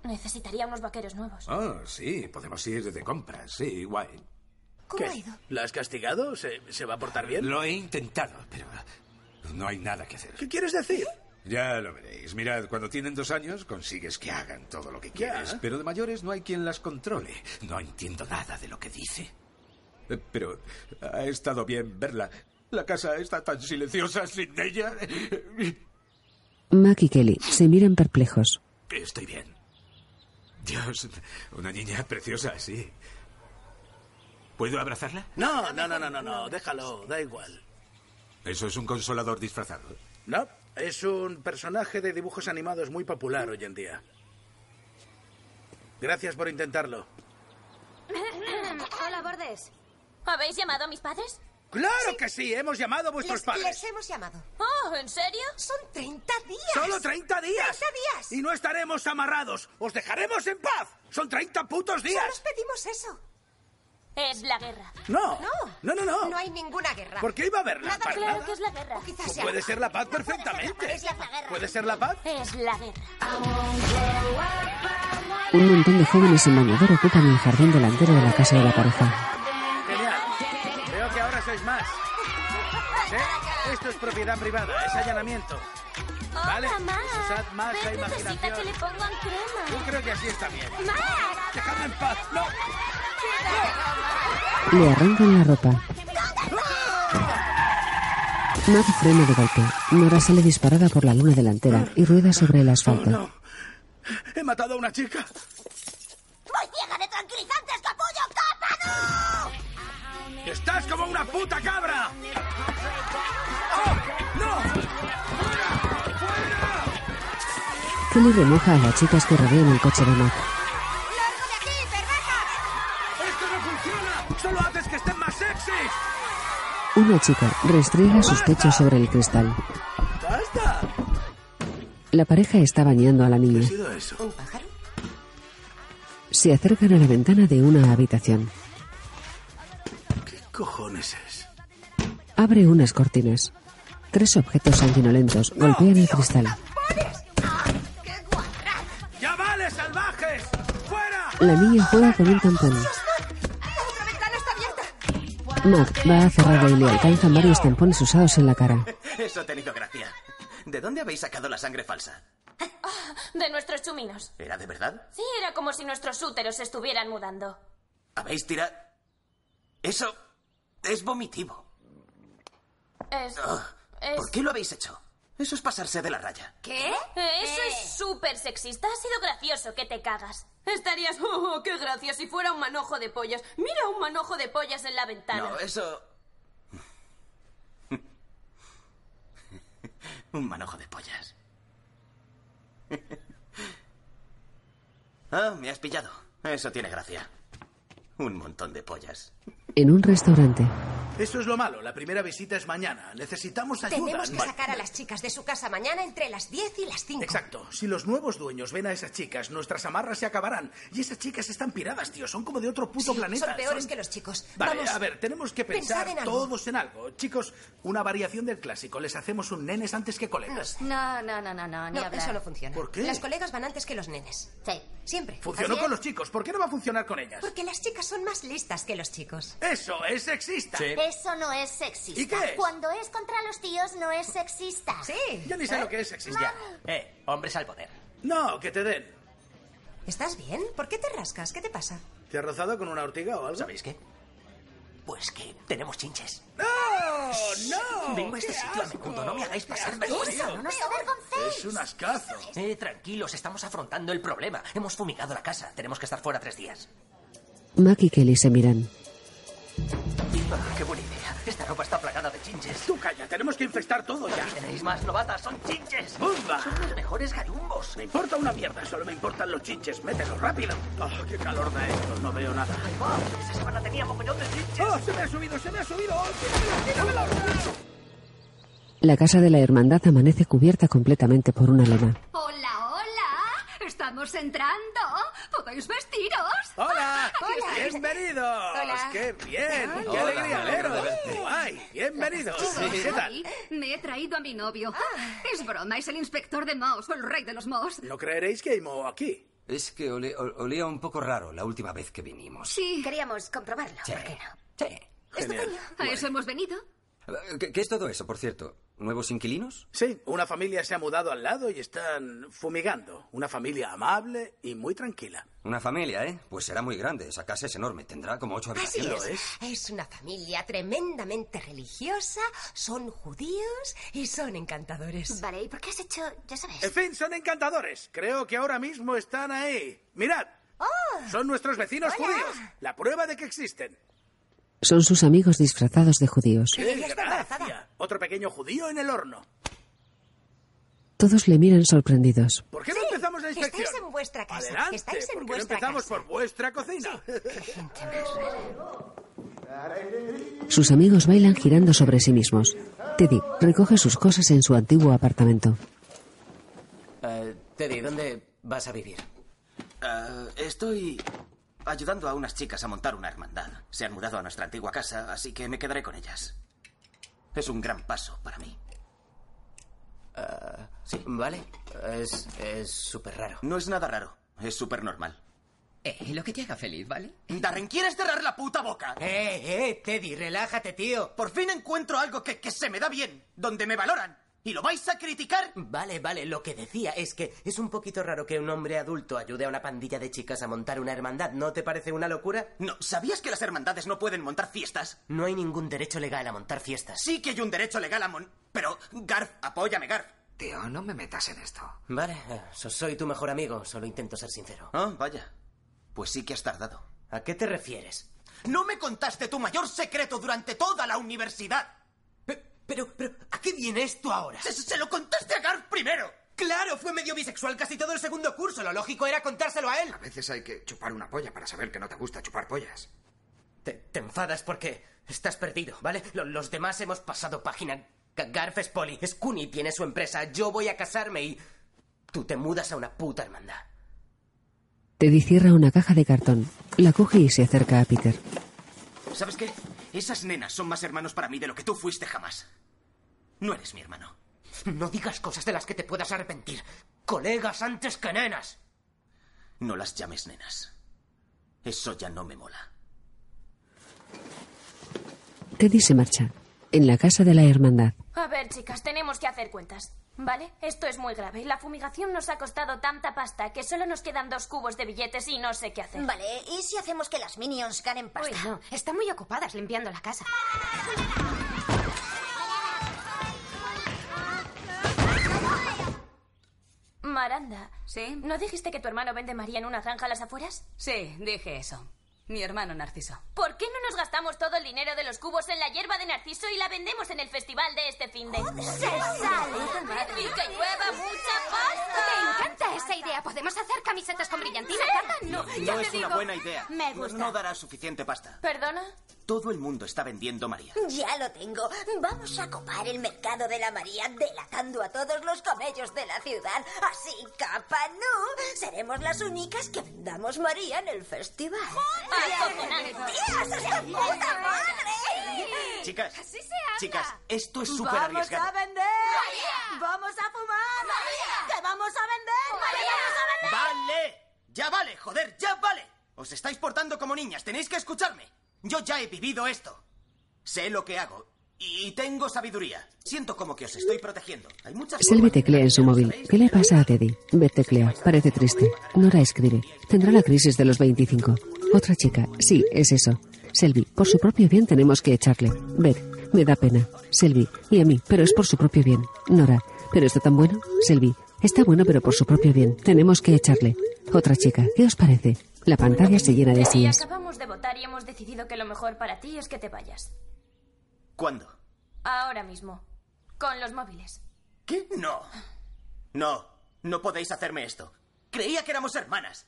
Necesitaría unos vaqueros nuevos. Oh, sí, podemos ir de compras, sí, guay. ¿Cómo ha ido? ¿La has castigado? ¿Se, se va a portar bien? Lo he intentado, pero no hay nada que hacer. ¿Qué quieres decir? Ya lo veréis. Mirad, cuando tienen dos años consigues que hagan todo lo que Ya. quieres, pero de mayores no hay quien las controle. No entiendo nada de lo que dice. Eh, Pero ha estado bien verla. La casa está tan silenciosa sin ella. Mac y Kelly se miran perplejos. Estoy bien. Dios, una niña preciosa, sí. ¿Puedo abrazarla? No, no, no, no, no, no, déjalo, da igual. Eso es un consolador disfrazado. No, es un personaje de dibujos animados muy popular hoy en día. Gracias por intentarlo. Hola, Bordes. ¿Habéis llamado a mis padres? ¡Claro que sí! Hemos llamado a vuestros Les- padres. les hemos llamado. Oh, ¿en serio? Son 30 días. ¡Solo 30 días! 30 días. Y no estaremos amarrados. ¡Os dejaremos en paz! ¡Son 30 putos Solo os días! pedimos eso. Es la guerra. No. No, no, no. No hay ninguna guerra. ¿Por qué iba a haberla? Nada, Para claro nada. que es la guerra. O quizás Pues sea puede la ser la paz guerra. perfectamente. Es la guerra. ¿Puede ser la paz? Es la guerra. Un montón de jóvenes en bañador ocupan el jardín delantero de la casa de la pareja. Genial. Veo que ahora sois más. ¿Eh? Esto es propiedad privada, es allanamiento. ¿Vale? Pues mamá. Usad más la Ben necesita que imaginación. le pongan crema. Yo creo que así está bien. ¡Más! ¡Dejadme en paz! ¡No! Le arrancan la ropa. Matt frena de golpe. Nora sale disparada por la luna delantera y rueda sobre el asfalto. ¡He matado a una chica! ¡Voy ciega de tranquilizantes, capullo! ¡Cápano! ¡Estás como una puta cabra! ¡Oh! ¡No! Kelly remoja a las chicas que rodean el coche de Matt. ¡Esto no funciona! ¡Solo haces que estén más sexys! Una chica restriega sus pechos sobre el cristal. ¡Basta! La pareja está bañando a la niña. eso? ¿Un pájaro? Se acercan a la ventana de una habitación. ¿Qué cojones es? Abre unas cortinas. Tres objetos sanguinolentos golpean el cristal. ¡Ya vale, salvajes! ¡Fuera! La niña juega con un tampón. Matt va a cerrarlo y le alcanzan varios tampones usados en la cara. Eso ha tenido gracia. ¿De dónde habéis sacado la sangre falsa? De nuestros chuminos. ¿Era de verdad? Sí, era como si nuestros úteros se estuvieran mudando. ¿Habéis tirado...? Eso es vomitivo. Es... Ah, es- ¿Por qué lo habéis hecho? Eso es pasarse de la raya. ¿Qué? Eso es súper sexista. Ha sido gracioso que te cagas. Estarías, oh, oh, qué gracia si fuera un manojo de pollas. Mira un manojo de pollas en la ventana. No, eso... Un manojo de pollas. Ah, me has pillado. Eso tiene gracia. Un montón de pollas. En un restaurante. Eso es lo malo. La primera visita es mañana. Necesitamos ayuda. Tenemos que sacar a las chicas de su casa mañana entre las 10 y las 5. Exacto. Si los nuevos dueños ven a esas chicas, nuestras amarras se acabarán. Y esas chicas están piradas, tío. Son como de otro puto Sí, planeta. Son peores Son- que los chicos. Vale, Vamos. a ver, tenemos que pensad pensar en algo. todos en algo. Chicos, una variación del clásico. Les hacemos un nenes antes que colegas. No, no, no, no, no, ni No, hablar. eso no funciona. ¿Por qué? Las colegas van antes que los nenes. Sí. Siempre. Funcionó Así con es. los chicos. ¿Por qué no va a funcionar con ellas? Porque las chicas son más listas que los chicos. Eso es sexista. Eso no es sexista. ¿Y qué es? Cuando es contra los tíos no es sexista. Sí. Yo ni sé lo que es sexista. Eh, hombres al poder. No, que te den. ¿Estás bien? ¿Por qué te rascas? ¿Qué te pasa? ¿Te has rozado con una ortiga o algo? ¿Sabéis qué? Pues que tenemos chinches. ¡No! ¡No! Vengo a este ¡Qué sitio a asco! menudo, no me hagáis pasar ¡Qué asco, vergüenza. tío! No nos Es un ascazo. Eh, tranquilos, estamos afrontando el problema. Hemos fumigado la casa. Tenemos que estar fuera tres días. Mac y Kelly se miran. Ah, ¡Qué buena idea! Esta ropa está plagada de chinches. Tú calla, tenemos que infestar todo ya. Tenéis más novatas, son chinches. ¡Bumba! Son los mejores garumbos. Me importa una mierda, solo me importan los chinches. Mételo rápido. Oh, qué calor da esto, no veo nada. Ahí va, esa semana tenía mogollón de chinches. ¡Oh, se me ha subido, se me ha subido! ¡Oh, tíramelo, tíramelo! La casa de la hermandad amanece cubierta completamente por una lona. Hola, hola. Estamos entrando. ¿Podéis vestiros? Ah, ¡Hola! Aquí estáis. ¡Bienvenidos! Hola. Ah, ¡Qué bien! ¡Qué Hola, alegría me alegro de veros! verte. ¡Guay! ¡Bienvenidos! Chicos, ¿Qué tal? Ah. hoy Me he traído a mi novio. Es broma, es el inspector de Moss, o el rey de los Moss. No creeréis que hay moho aquí. Es que ole- ol- olía un poco raro la última vez que vinimos. Sí. Queríamos comprobarlo. Sí. Estupendo. A eso hemos venido. ¿Qué, qué es todo eso, por cierto? ¿Nuevos inquilinos? Sí, una familia se ha mudado al lado y están fumigando. Una familia amable y muy tranquila. Una familia, ¿eh? Pues será muy grande. Esa casa es enorme. Tendrá como ocho Así habitaciones. es. Es una familia tremendamente religiosa, son judíos y son encantadores. Vale, ¿y por qué has hecho, ya sabes? En fin, son encantadores. Creo que ahora mismo Oh. están ahí. Mirad. Son nuestros vecinos judíos. La prueba de que existen. Son sus amigos disfrazados de judíos. ¡Gracia! ¡Eh, Otro pequeño judío en el horno. Todos le miran sorprendidos. ¿Por qué no empezamos la inspección? Estáis en vuestra casa. Adelante, estáis ¿por en qué no vuestra empezamos casa. por vuestra cocina? Sus amigos bailan girando sobre sí mismos. Teddy recoge sus cosas en su antiguo apartamento. Eh, Teddy, ¿dónde vas a vivir? Eh, estoy ayudando a unas chicas a montar una hermandad. Se han mudado a nuestra antigua casa, así que me quedaré con ellas. Es un gran paso para mí. sí. Eh, Vale. Es es súper raro. No es nada raro. Es súper normal. Eh, lo que te haga feliz, ¿vale? Darren, ¿quieres cerrar la puta boca? Eh, eh, Teddy, relájate, tío. Por fin encuentro algo que, que se me da bien, donde me valoran. ¿Y lo vais a criticar? Vale, vale, lo que decía es que es un poquito raro que un hombre adulto ayude a una pandilla de chicas a montar una hermandad. ¿No te parece una locura? No, ¿sabías que las hermandades no pueden montar fiestas? No hay ningún derecho legal a montar fiestas. Sí que hay un derecho legal a mon... Pero, Garf, apóyame, Garf. Tío, no me metas en esto. Vale, eh, so- soy tu mejor amigo, solo intento ser sincero. Ah, vaya. Pues sí que has tardado. ¿A qué te refieres? No me contaste tu mayor secreto durante toda la universidad. Pero, pero, ¿a qué viene esto ahora? Se, se lo contaste a Garf primero. Claro, fue medio bisexual casi todo el segundo curso. Lo lógico era contárselo a él. A veces hay que chupar una polla para saber que no te gusta chupar pollas. Te, te enfadas porque estás perdido, ¿vale? Lo- los demás hemos pasado página. Ga- Garf es poli, Scooney tiene su empresa, yo voy a casarme y... Tú te mudas a una puta hermandad. Teddy cierra una caja de cartón, la coge y se acerca a Peter. ¿Sabes qué? Esas nenas son más hermanos para mí de lo que tú fuiste jamás. No eres mi hermano. No digas cosas de las que te puedas arrepentir. Colegas antes que nenas. No las llames nenas. Eso ya no me mola. Teddy se marcha. En la casa de la hermandad, A ver, chicas, tenemos que hacer cuentas. ¿Vale? Esto es muy grave. La fumigación nos ha costado tanta pasta que solo nos quedan dos cubos de billetes y no sé qué hacer. Vale, ¿y si hacemos que las minions ganen pasta? Están muy ocupadas limpiando la casa. Maranda. ¿Sí? ¿No dijiste que tu hermano vende María en una granja a las afueras? Sí, dije eso. Mi hermano Narciso. ¿Por qué no nos gastamos todo el dinero de los cubos en la hierba de Narciso y la vendemos en el festival de este fin de... ¡Se sale! ¡Y que llueva mucha ¡Me pasta! encanta esa idea! ¿Podemos hacer camisetas con brillantina? ¿verdad? No, ya no te es digo. una buena idea. Me No- gusta. No dará suficiente pasta. ¿Perdona? Todo el mundo está vendiendo María. Ya lo tengo. Vamos a copar el mercado de la María delatando a todos los camellos de la ciudad. Así, capa, no. Seremos las únicas que vendamos María en el festival. ¡Tías, hasta puta madre! Chicas, Así se habla. chicas, esto es súper ¡Vamos arriesgado. a vender! ¡Vamos a fumar! ¡Te vamos a vender! ¡Vale! ¡Ya vale, joder, ya vale! Os estáis portando como niñas, tenéis que escucharme. Yo ya he vivido esto. Sé lo que hago y tengo sabiduría. Siento como que os estoy protegiendo. Hay muchas Selby formas de teclea en su móvil. ¿Qué le pasa a Teddy? Beth teclea. Parece triste. Nora escribe. Tendrá la crisis de los 25. Otra chica. Sí, es eso. Selby, por su propio bien tenemos que echarle. Beth, me da pena. Selby, y a mí, pero es por su propio bien. Nora, ¿pero está tan bueno? Selby, está bueno, pero por su propio bien. Tenemos que echarle. Otra chica. ¿Qué os parece? La pantalla se llena de Y sillas. acabamos de votar y hemos decidido que lo mejor para ti es que te vayas. ¿Cuándo? Ahora mismo. Con los móviles. ¿Qué? No. No, no podéis hacerme esto. Creía que éramos hermanas.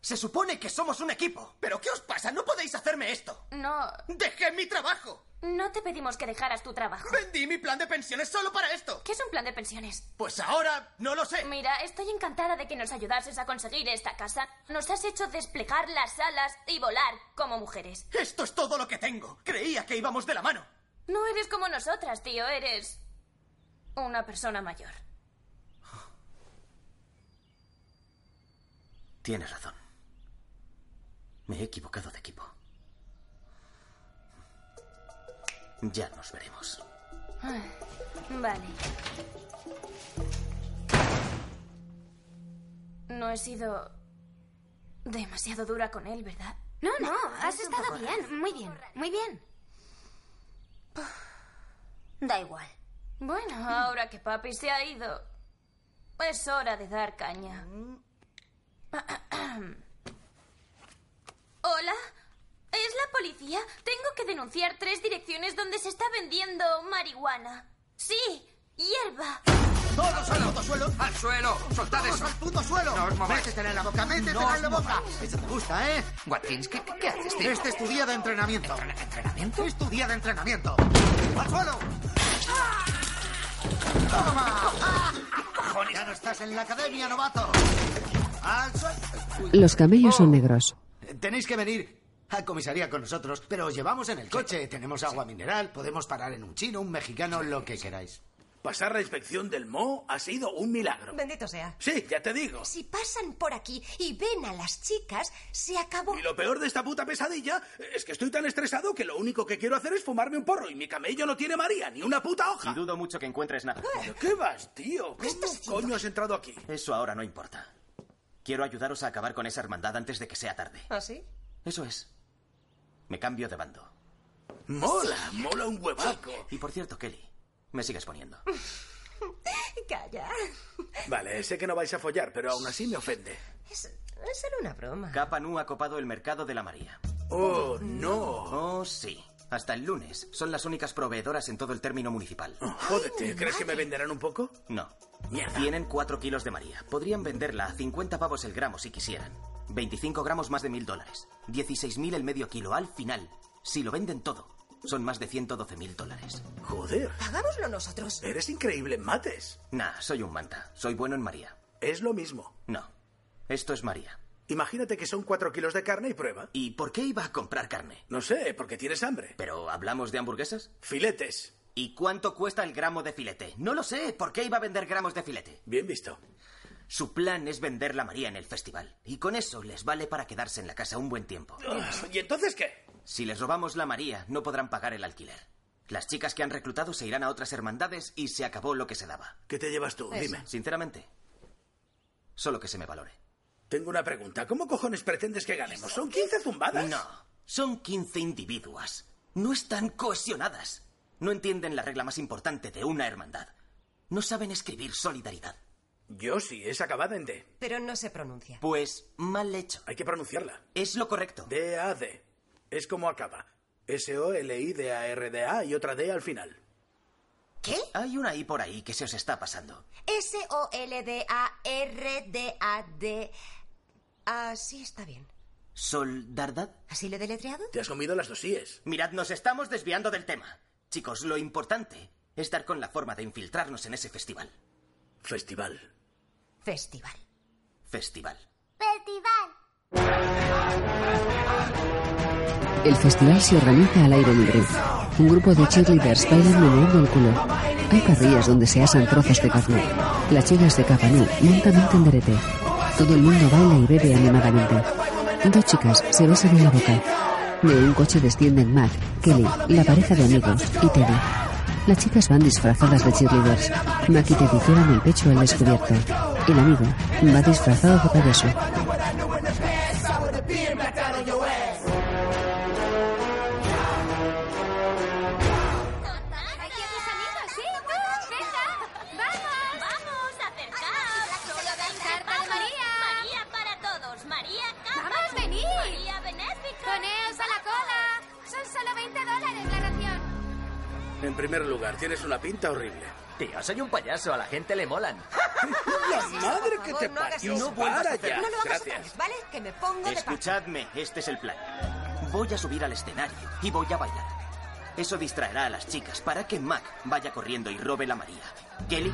Se supone que somos un equipo. ¿Pero qué os pasa? No podéis hacerme esto. No, ¡Dejé Ah, mi trabajo! no te pedimos que dejaras tu trabajo. ¡Vendí mi plan de pensiones solo para esto! ¿Qué es un plan de pensiones? Pues ahora no lo sé. Mira, estoy encantada de que nos ayudases a conseguir esta casa. Nos has hecho desplegar las alas y volar como mujeres. Esto es todo lo que tengo. Creía que íbamos de la mano. No eres como nosotras, tío, eres una persona mayor. Tienes razón. Me he equivocado de equipo. Ya nos veremos. Ah, Vale. No he sido demasiado dura con él, ¿verdad? Ah, No, no, has estado bien, muy bien, muy bien. Da igual. Bueno, ahora que papi se ha ido, es hora de dar caña. ¿Hola? ¿Es la policía? Tengo que denunciar tres direcciones donde se está vendiendo marihuana. Sí, hierba. ¡Todos al autosuelo! ¡Al suelo! ¡Soltad ¡Todos eso! al puto suelo! No os mováis. ¡Métetela en la boca! ¡Métetela No os en la boca! mováis. Eso te gusta, ¿eh? Watkins, ¿qué, qué haces, tío? Este es tu día de entrenamiento. ¿Entrenamiento? Es tu día de entrenamiento. ¡Al suelo! ¡Toma! Ya no estás en la academia, novato. ¡Al suelo! Los camellos son negros. Tenéis que venir a comisaría con nosotros, pero os llevamos en el coche. Tenemos agua mineral, podemos parar en un chino, un mexicano, lo que queráis. Pasar la inspección del Mo ha sido un milagro. Bendito sea. Sí, ya te digo. Si pasan por aquí y ven a las chicas, se acabó. Y lo peor de esta puta pesadilla es que estoy tan estresado que lo único que quiero hacer es fumarme un porro y mi camello no tiene María ni una puta hoja. Y dudo mucho que encuentres nada. ¿Qué vas, tío? ¿Cómo coño has entrado aquí? Eso ahora no importa. Quiero ayudaros a acabar con esa hermandad antes de que sea tarde. ¿Ah, sí? Eso es. Me cambio de bando. Mola, mola un huevaco. Y por cierto, Kelly, me sigues poniendo. Calla. Vale, sé que no vais a follar, pero aún así me ofende. Es, es solo una broma. Capa Nu ha copado el mercado de la María. Oh, no. Oh, sí. Hasta el lunes. Son las únicas proveedoras en todo el término municipal. Jódete, ¿crees que me venderán un poco? No. Tienen 4 kilos de María. Podrían venderla a 50 pavos el gramo si quisieran. 25 gramos más de mil dólares. 16.000 el medio kilo al final. Si lo venden todo, son más de 112.000 dólares. Joder. Hagámoslo nosotros. Eres increíble en mates. Nah, soy un manta. Soy bueno en María. Es lo mismo. No. Esto es María. Imagínate que son 4 kilos de carne y prueba. ¿Y por qué iba a comprar carne? No sé, porque tienes hambre. ¿Pero hablamos de hamburguesas? Filetes. ¿Y cuánto cuesta el gramo de filete? No lo sé. ¿Por qué iba a vender gramos de filete? Bien visto. Su plan es vender la María en el festival. Y con eso les vale para quedarse en la casa un buen tiempo. Ah, ¿Y entonces qué? Si les robamos la María, no podrán pagar el alquiler. Las chicas que han reclutado se irán a otras hermandades y se acabó lo que se daba. ¿Qué te llevas tú? Eso. Dime. Sinceramente, solo que se me valore. Tengo una pregunta. ¿Cómo cojones pretendes que ganemos? ¿Son 15 zumbadas? No, son 15 individuas. No están cohesionadas. No entienden la regla más importante de una hermandad. No saben escribir solidaridad. Yo sí, es acabada en D. Pero no se pronuncia. Pues mal hecho. Hay que pronunciarla. Es lo correcto. D-A-D. Es como acaba. S-O-L-I-D-A-R-D-A y otra D al final. ¿Qué? Hay una I por ahí que se os está pasando. S-O-L-D-A-R-D-A-D. Así está bien. ¿Soldardad? ¿Así lo he deletreado? Te has comido las dos I's. Mirad, nos estamos desviando del tema. Chicos, lo importante es dar con la forma de infiltrarnos en ese festival. Festival. Festival. Festival. Festival. El festival se organiza al aire libre. Un grupo de cheerleaders bailan meneando el culo. Hay parrillas donde se asan trozos de carne. Las chicas de Capanú montan un tenderete. Todo el mundo baila y bebe animadamente. Dos chicas se besan en la boca. De un coche descienden Matt, Kelly, la pareja de amigos y Teddy. Las chicas van disfrazadas de cheerleaders. Mac y Teddy llevan el pecho al descubierto. El amigo va disfrazado de payaso. Aquí a tus amigas, ¿sí? ¡Venga! ¡Vamos! ¡Vamos! ¡Acercaos! ¡Solo ¡Carta de María! ¡María para todos! ¡María Capas! ¡Vamos, venid! ¡María Benéfico! ¡Poneos a la cola! Son solo 20 dólares la ración. En primer lugar, tienes una pinta horrible. Tío, soy un payaso, a la gente le molan. ¡La Ah, madre que te no hagas parió! eso. ¡Para ya! No lo hagas otra Gracias. vez, ¿vale? Que me pongo de paz. Escuchadme, este es el plan. Voy a subir al escenario y voy a bailar. Eso distraerá a las chicas para que Mac vaya corriendo y robe la María. Kelly,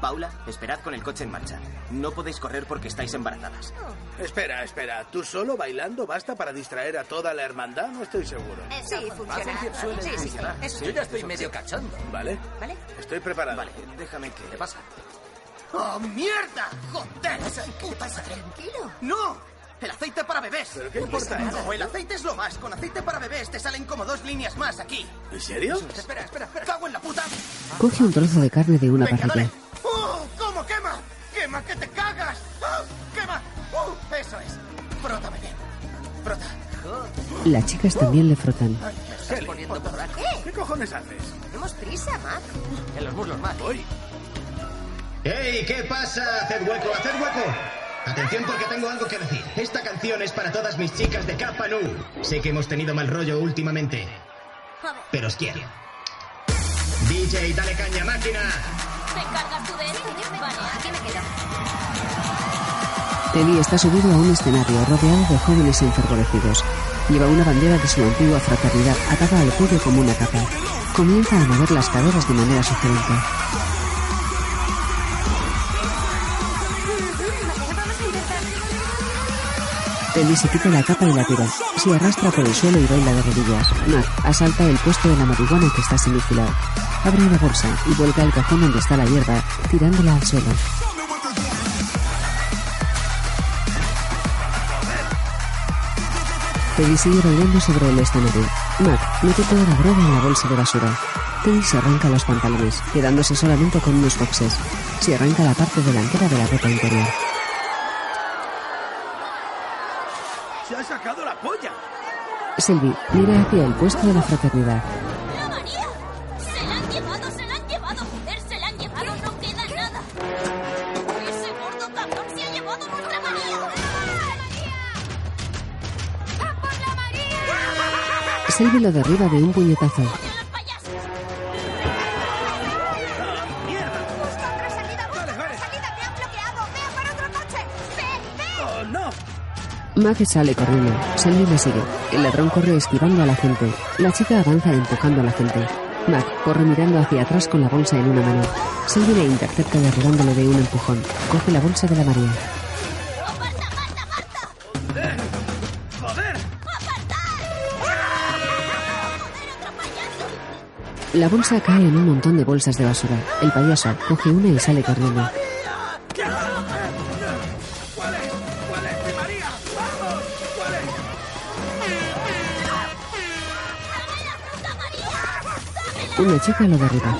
Paula, esperad con el coche en marcha. No podéis correr porque estáis embarazadas. Espera, espera. ¿Tú solo bailando basta para distraer a toda la hermandad? No estoy seguro. Sí, funciona. Suele Sí, sí, sí. funcionar. Eso Yo ya estoy medio cachondo. ¿Vale? ¿Vale? Estoy preparado. Vale, déjame que... ¿Qué pasa? ¡Oh, mierda! ¡Joder! ¡Esa puta sangre! Tranquilo. ¡No! ¡El aceite para bebés! ¿Pero qué importa eso? No, ¿eh? el aceite es lo más. Con aceite para bebés te salen como dos líneas más aquí. ¿En serio? Espera, espera, espera. ¡Cago en la puta! Coge un trozo de carne de una Venga, parrilla. dale. ¡Oh, cómo quema! ¡Quema que te cagas! ¡Ah, ¡Quema! ¡Oh, eso es! Frótame bien. Frota. Las chicas también le frotan. Ay, me estás poniendo borracho. ¿Qué cojones haces? Tenemos prisa, Mac. En los muslos, Mac. Voy. ¡Ey! ¿Qué pasa? ¡Haced hueco! ¡Haced hueco! Atención porque tengo algo que decir. Esta canción es para todas mis chicas de Kappa Nu. Sé que hemos tenido mal rollo últimamente, pero os quiero. DJ, dale caña, máquina. ¿Te encargas tú de esto? Vale, aquí me quedo. Teddy está subido a un escenario rodeado de jóvenes enfervorecidos. Lleva una bandera de su antigua fraternidad atada al cuello como una capa. Comienza a mover las caderas de manera sugerente. Teddy se quita la capa y la tira. Se arrastra por el suelo y baila de rodillas. Matt asalta el puesto de la marihuana que está sin vigilar. Abre una bolsa y vuelca el cajón donde está la hierba, tirándola al suelo. Teddy sigue bailando sobre el escenario. Matt mete toda la droga en la bolsa de basura. Teddy se arranca los pantalones, quedándose solamente con unos boxes. Se arranca la parte delantera de la ropa interior. ¡Se ha sacado la polla! Selby mira hacia el puesto de la fraternidad. ¡La María! ¡Se la han llevado, se la han llevado! ¡Joder, se la han llevado! ¡No queda nada! ¡Ese gordo cabrón se ha llevado nuestra María! Selby lo derriba de un puñetazo. ¡Oh, no! Mace sale corriendo. Selby le sigue. El ladrón corre esquivando a la gente. La chica avanza empujando a la gente. Mac corre mirando hacia atrás con la bolsa en una mano. Selby le intercepta derribándole de un empujón. Coge la bolsa de la María. Eh, ¡Joder! La bolsa cae en un montón de bolsas de basura. El payaso coge una y sale corriendo. ¿Cuál es? ¿Cuál es mi María? ¡Vamos! ¿Cuál es? Una chica lo derriba.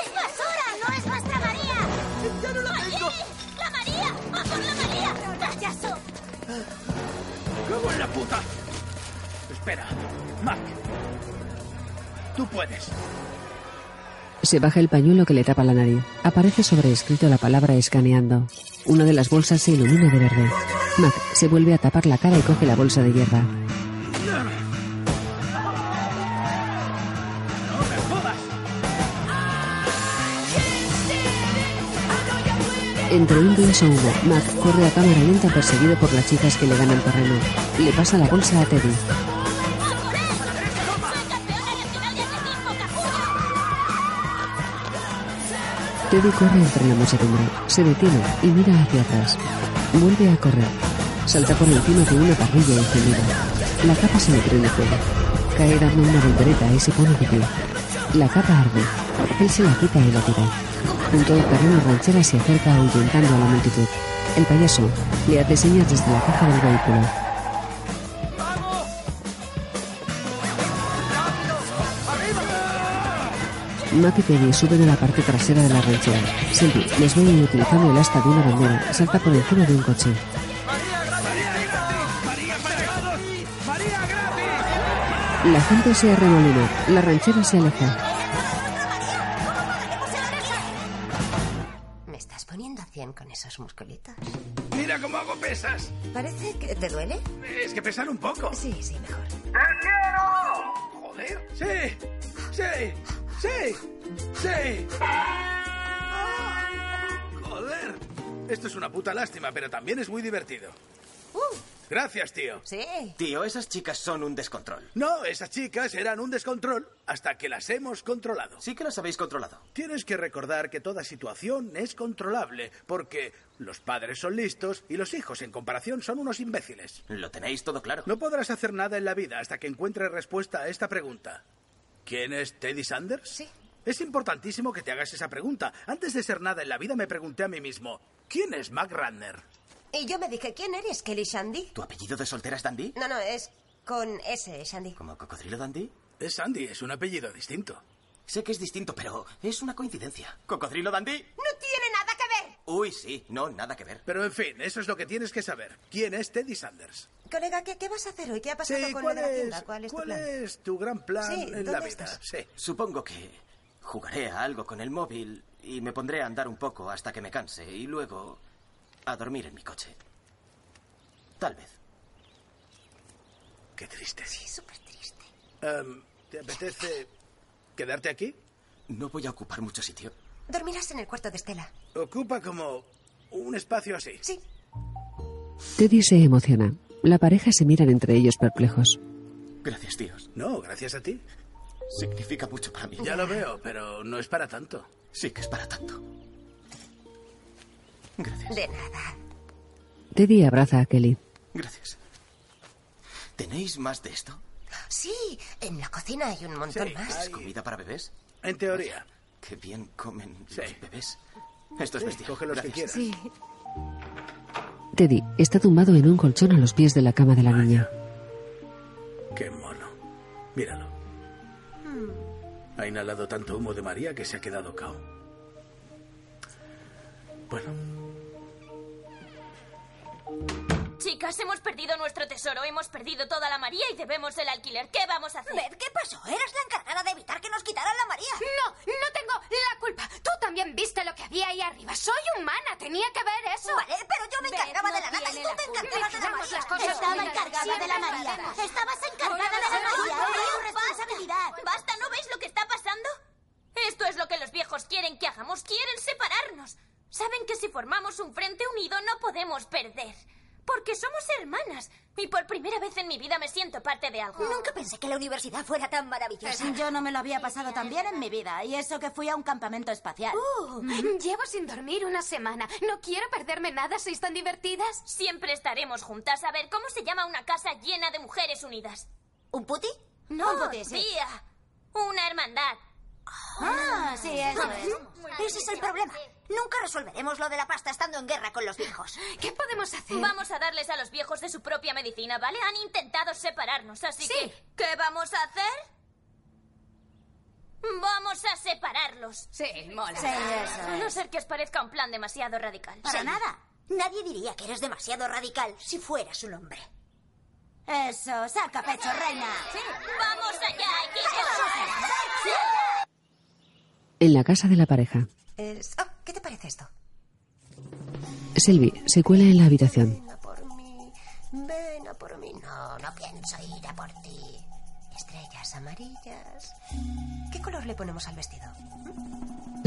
¡Es basura! ¡No es nuestra María! ¡Ya no la tengo! ¡La María! ¡A por la María! ¡Payaso! ¡Cago en la puta! Espera, Mac. Tú puedes. Se baja el pañuelo que le tapa la nariz. Aparece sobreescrito la palabra escaneando. Una de las bolsas se ilumina de verde. Mac se vuelve a tapar la cara y coge la bolsa de hierba. Entre un día humo, Mac corre a cámara lenta perseguido por las chicas que le ganan terreno. Le pasa la bolsa a Teddy. Teddy corre entre la muchedumbre, se detiene y mira hacia atrás. Vuelve a correr. Salta por encima de una parrilla encendida. La capa se le prende fuego. Cae dando una voltereta y se pone de pie. La capa arde. Él se la quita y la tira. Junto al terreno ranchera se acerca ahuyentando a la multitud. El payaso le hace señas desde la caja del vehículo. Mac y Teddy suben a la parte trasera de la ranchera. Selby les ve inutilizando el asta de una bandera. Salta por encima de un coche. La gente se arremolina. La ranchera se aleja. Me estás poniendo a 100 con esos musculitos. Mira cómo hago pesas. Parece que te duele. Es que pesan un poco. Sí, sí, mejor. Joder. Sí. Sí. Sí. Sí. Joder. Esto es una puta lástima, pero también es muy divertido. ¡Uh! Gracias, tío. Sí. Tío, esas chicas son un descontrol. No, esas chicas eran un descontrol hasta que las hemos controlado. Sí que las habéis controlado. Tienes que recordar que toda situación es controlable, porque los padres son listos y los hijos, en comparación, son unos imbéciles. Lo tenéis todo claro. No podrás hacer nada en la vida hasta que encuentres respuesta a esta pregunta. ¿Quién es Teddy Sanders? Sí. Es importantísimo que te hagas esa pregunta. Antes de ser nada en la vida me pregunté a mí mismo, ¿quién es Mac Radner? Y yo me dije, ¿quién eres, Kelly Shandy? ¿Tu apellido de soltera es Dandy? No, no, es con S, Shandy. ¿Como cocodrilo Dandy? Es Sandy, es un apellido distinto. Sé que es distinto, pero es una coincidencia. ¿Cocodrilo Dandy? ¡No tiene nada que ver! Uy, sí, no, nada que ver. Pero en fin, eso es lo que tienes que saber. ¿Quién es Teddy Sanders? Colega, ¿qué, qué vas a hacer hoy? ¿Qué ha pasado Sí, con ¿cuál lo de la es- tienda? ¿Cuál es tu plan? Es tu gran plan Sí, en ¿dónde la vida. estás? Sí. Supongo que Jugaré a algo con el móvil y me pondré a andar un poco hasta que me canse y luego a dormir en mi coche. Tal vez. Qué triste. Sí, súper triste. Em, ¿Te apetece quedarte aquí? No voy a ocupar mucho sitio. Dormirás en el cuarto de Estela. Ocupa como un espacio así. Sí. Teddy se emociona. La pareja se miran entre ellos perplejos. Gracias, tíos. No, gracias a ti. Significa mucho para mí. Ya lo veo, pero no es para tanto. Sí que es para tanto. De nada. Teddy abraza a Kelly. Gracias. ¿Tenéis más de esto? Sí, en la cocina hay un montón más. ¿Es comida para bebés? En teoría. Qué bien comen los bebés. Esto es Sí, bestial. coge los que Gracias. quieras. Teddy está tumbado en un colchón a los pies de la cama de la niña. Qué mono. Míralo. Ha inhalado tanto humo de María que se ha quedado cao. Bueno, Chicas, hemos perdido nuestro tesoro, hemos perdido toda la María y debemos el alquiler. ¿Qué vamos a hacer? ¿qué pasó? Eras la encargada de evitar que nos quitaran la María. No, no tengo la culpa. Tú también viste lo que había ahí arriba. Soy humana, tenía que ver eso. Vale, pero yo me Beth encargaba no de la nata y tiene tú la te culpa. encargabas de la Dejamos María. las cosas Estaba como eran. encargada Siempre de la María. perdemos. Estabas encargada Ahora de la somos María. nosotros. Era tu responsabilidad. ¡Basta! ¿No veis lo que está pasando? Esto es lo que los viejos quieren que hagamos. Quieren separarnos. Saben que si formamos un frente unido no podemos perder. Porque somos hermanas. Y por primera vez en mi vida me siento parte de algo. Nunca pensé que la universidad fuera tan maravillosa. Yo no me lo había pasado tan bien en mi vida. Y eso que fui a un campamento espacial. Uh, Llevo sin dormir una semana. No quiero perderme nada. ¿Sois tan divertidas? Siempre estaremos juntas. A ver, ¿cómo se llama una casa llena de mujeres unidas? ¿Un puti? No, Ah, Un puti, sí. tía. Oh, Una hermandad. Ah, sí, eso es. Ese es el problema. Nunca resolveremos lo de la pasta estando en guerra con los viejos. ¿Qué podemos hacer? Vamos a darles a los viejos de su propia medicina, ¿vale? Han intentado separarnos, así que... ¿Qué vamos a hacer? Vamos a separarlos. Sí, mola. Sí, eso A no ser que os parezca un plan demasiado radical. Para Sí. nada. Nadie diría que eres demasiado radical si fueras un hombre. Eso, saca pecho, reina. ¡Vamos allá, En la casa de la pareja, Es- oh, ¿Qué te parece esto? Selby se cuela en la habitación. Ven a por mí. No, no pienso ir a por ti. Estrellas amarillas. ¿Qué color le ponemos al vestido?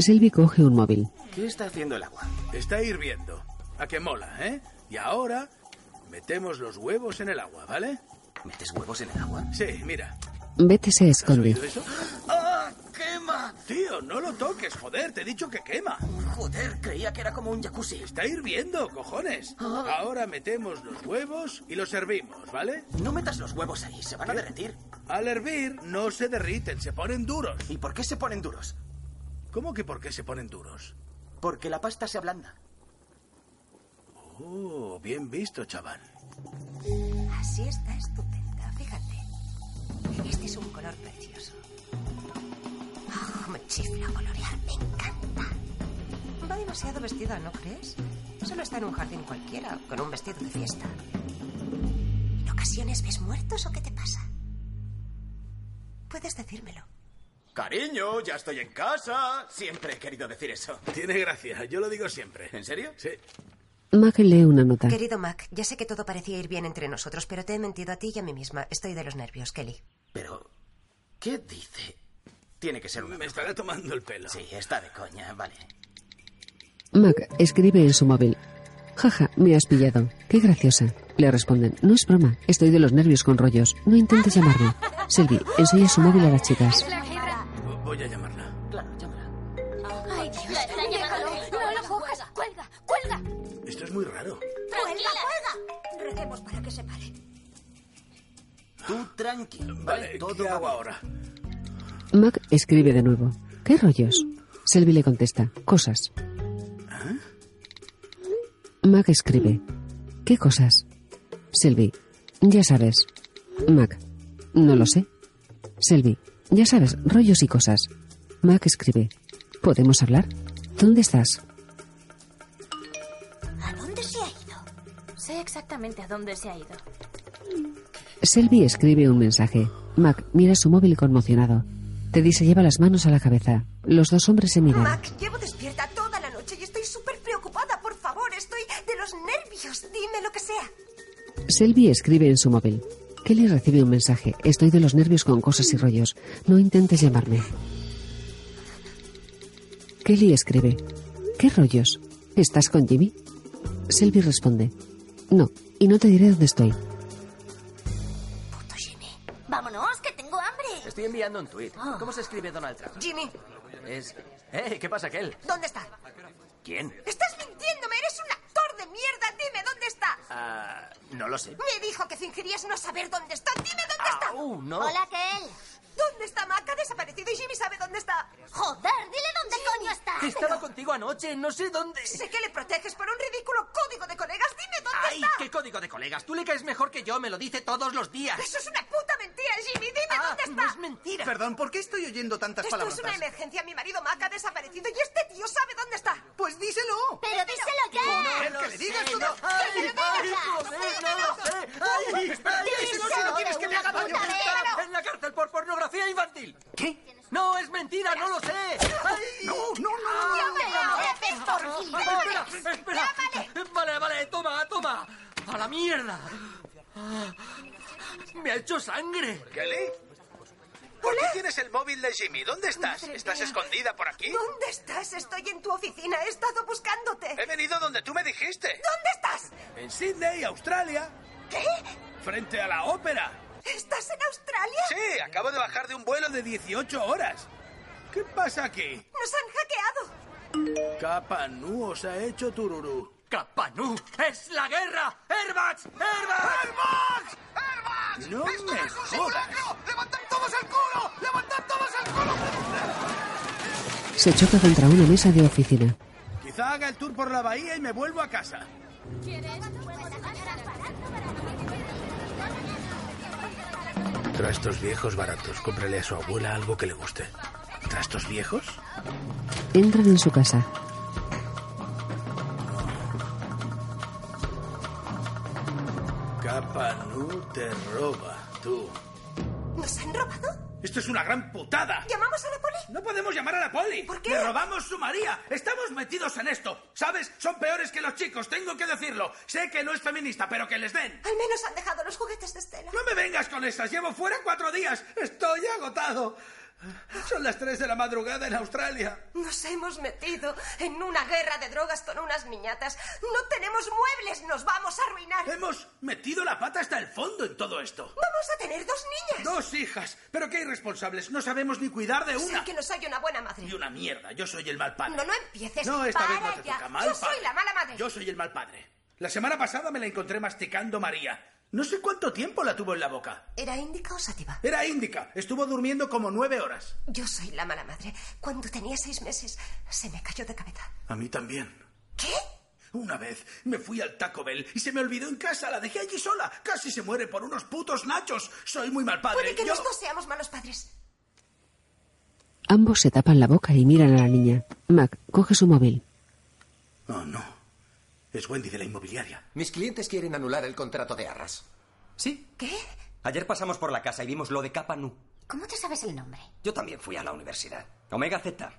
Selby coge un móvil. ¿Qué está haciendo el agua? Está hirviendo. A que mola, ¿eh? Y ahora metemos los huevos en el agua, ¿vale? ¿Metes huevos en el agua? Sí, mira. Beth se esconde. ¿Oído eso? ¡Ah! ¡Quema! Tío, no lo toques, joder, te he dicho que quema. Joder, creía que era como un jacuzzi. Está hirviendo, cojones. Ah. Ahora metemos los huevos y los servimos, ¿vale? No metas los huevos ahí, se van a derretir. Al hervir no se derriten, se ponen duros. ¿Y por qué se ponen duros? ¿Cómo que por qué se ponen duros? Porque la pasta se ablanda. Oh, bien visto, chaval. Así está estupenda, fíjate. Este es un color precioso. Oh, me chifla colorear, me encanta. Va demasiado vestida, ¿no crees? Solo está en un jardín cualquiera, con un vestido de fiesta. ¿En ocasiones ves muertos o qué te pasa? Puedes decírmelo. Cariño, ya estoy en casa. Siempre he querido decir eso. Tiene gracia, yo lo digo siempre. ¿En serio? Sí. Mac lee una nota. Querido Mac, ya sé que todo parecía ir bien entre nosotros, pero te he mentido a ti y a mí misma. Estoy de los nervios, Kelly. Pero, ¿qué dice? Tiene que ser una... Me estará tomando el pelo. Sí, está de coña, vale. Mac escribe en su móvil. Jaja, me has pillado. Qué graciosa. Le responden. No es broma. Estoy de los nervios con rollos. No intentes llamarme. Selby enseña su móvil a las chicas. Voy a llamarla. Claro, llámala. Ay, Dios, déjalo. No lo juegas. Cuelga, cuelga. Esto es muy raro. ¡Cuelga, cuelga! Recemos para que se pare. Tú tranquilo. Vale, ¿qué hago ahora? Mac escribe de nuevo. ¿Qué rollos? Selby le contesta. Cosas. Mac escribe. ¿Qué cosas? Selby. Ya sabes. Mac. No lo sé. Selby. Ya sabes, rollos y cosas. Mac escribe. ¿Podemos hablar? ¿Dónde estás? ¿A dónde se ha ido? Sé exactamente a dónde se ha ido. Selby escribe un mensaje. Mac mira su móvil conmocionado. Teddy se lleva las manos a la cabeza. Los dos hombres se miran. Mac, llevo despierta toda la noche y estoy súper preocupada. Por favor, estoy de los nervios. Dime lo que sea. Selby escribe en su móvil. Kelly recibe un mensaje. Estoy de los nervios con cosas y rollos. No intentes llamarme. Kelly escribe. ¿Qué rollos? ¿Estás con Jimmy? Selby responde. No, y no te diré dónde estoy. Vámonos, que tengo hambre. Estoy enviando un tuit. ¿Cómo se escribe Donald Trump? Jimmy, Es... ¡Eh! ¿Qué pasa, Kel? ¿dónde está? ¿Quién? Estás mintiéndome. Eres un actor de mierda. Dime dónde está. Ah, no lo sé. Ah, Me dijo que fingirías no saber dónde está. Dime dónde está. uh, no. Hola, Kel. ¿Dónde está Mac? Ha desaparecido y Jimmy sabe dónde está. Joder, dile dónde coño está. Estaba contigo anoche, no sé dónde. Sé que le proteges por un ridículo código de colegas. Dime dónde ¡Ay! está. ¿Qué código de colegas? Tú le caes mejor que yo, me lo dice todos los días. Eso es una puta mentira, Jimmy. Dime dónde está. Ah, es mentira. Perdón, ¿por qué estoy oyendo tantas Esto palabras? es una emergencia. Mi marido Mac ha desaparecido y este tío sabe dónde está. Pues díselo. Pero díselo ya. No, no, que le digas tú, no. ¡Que me lo Ay, no digas! sé, no sé. Ay, espérate, si no, si no quieres que me haga daño, puta vez. espera. En la cárcel por pornografía infantil. ¿Qué? No, es mentira, no lo sé. ¡Ay! No, no, no, no. ¡Me lo debes por mil Espera, dólares! espera. Vale, vale, toma, toma. A la mierda. Ah, Me ha hecho sangre. ¿Kelly? ¿Por qué tienes el móvil de Jimmy? ¿Dónde estás? ¿Estás escondida por aquí? ¿Dónde estás? Estoy en tu oficina. He estado buscándote. He venido donde tú me dijiste. ¿Dónde estás? En Sydney, Australia. ¿Qué? Frente a la ópera. ¿Estás en Australia? Sí, acabo de bajar de un vuelo de 18 horas. ¿Qué pasa aquí? Nos han hackeado. Capanú os ha hecho tururú. ¡Capanú! ¡Es la guerra! ¡Airbags! ¡Airbags! ¡Airbags! ¡Airbags! No ¡Esto me es un jodas. simulacro! ¡Levantad todos el culo! ¡Levantad todos el culo! Se choca contra una mesa de oficina. Quizá haga el tour por la bahía y me vuelvo a casa. Trastos viejos baratos. Cómprale a su abuela algo que le guste. ¿Trastos viejos? Entran en su casa. Capanú te roba, tú. ¿Nos han robado? Esto es una gran putada. ¿Llamamos a la poli? No podemos llamar a la poli. ¿Por qué? Le robamos su María. Estamos metidos en esto. ¿Sabes? Son peores que los chicos, tengo que decirlo. Sé que no es feminista, pero que les den. Al menos han dejado los juguetes de Estela. No me vengas con esas. Llevo fuera cuatro días. Estoy agotado. Son las tres de la madrugada en Australia. Nos hemos metido en una guerra de drogas con unas niñatas. No tenemos muebles, nos vamos a arruinar. Hemos metido la pata hasta el fondo en todo esto. Vamos a tener dos niñas. Dos hijas. Pero qué irresponsables. No sabemos ni cuidar de Sé una. que no soy una buena madre. Y una mierda. Yo soy el mal padre. No, no empieces. No, esta Para vez no te ya. toca mal. Yo soy padre. la mala madre. Yo soy el mal padre. La semana pasada me la encontré masticando María. No sé cuánto tiempo la tuvo en la boca. ¿Era índica o sativa? Era índica. Estuvo durmiendo como nueve horas. Yo soy la mala madre. Cuando tenía seis meses, se me cayó de cabeza. A mí también. ¿Qué? Una vez me fui al Taco Bell y se me olvidó en casa. La dejé allí sola. Casi se muere por unos putos nachos. Soy muy mal padre. Puede que Yo- los dos seamos malos padres. Ambos se tapan la boca y miran a la niña. Mac coge su móvil. Oh, no. Es Wendy de la inmobiliaria. Mis clientes quieren anular el contrato de Arras. Sí. ¿Qué? Ayer pasamos por la casa y vimos lo de Kappa Nu. ¿Cómo te sabes el nombre? Yo también fui a la universidad. Omega Z.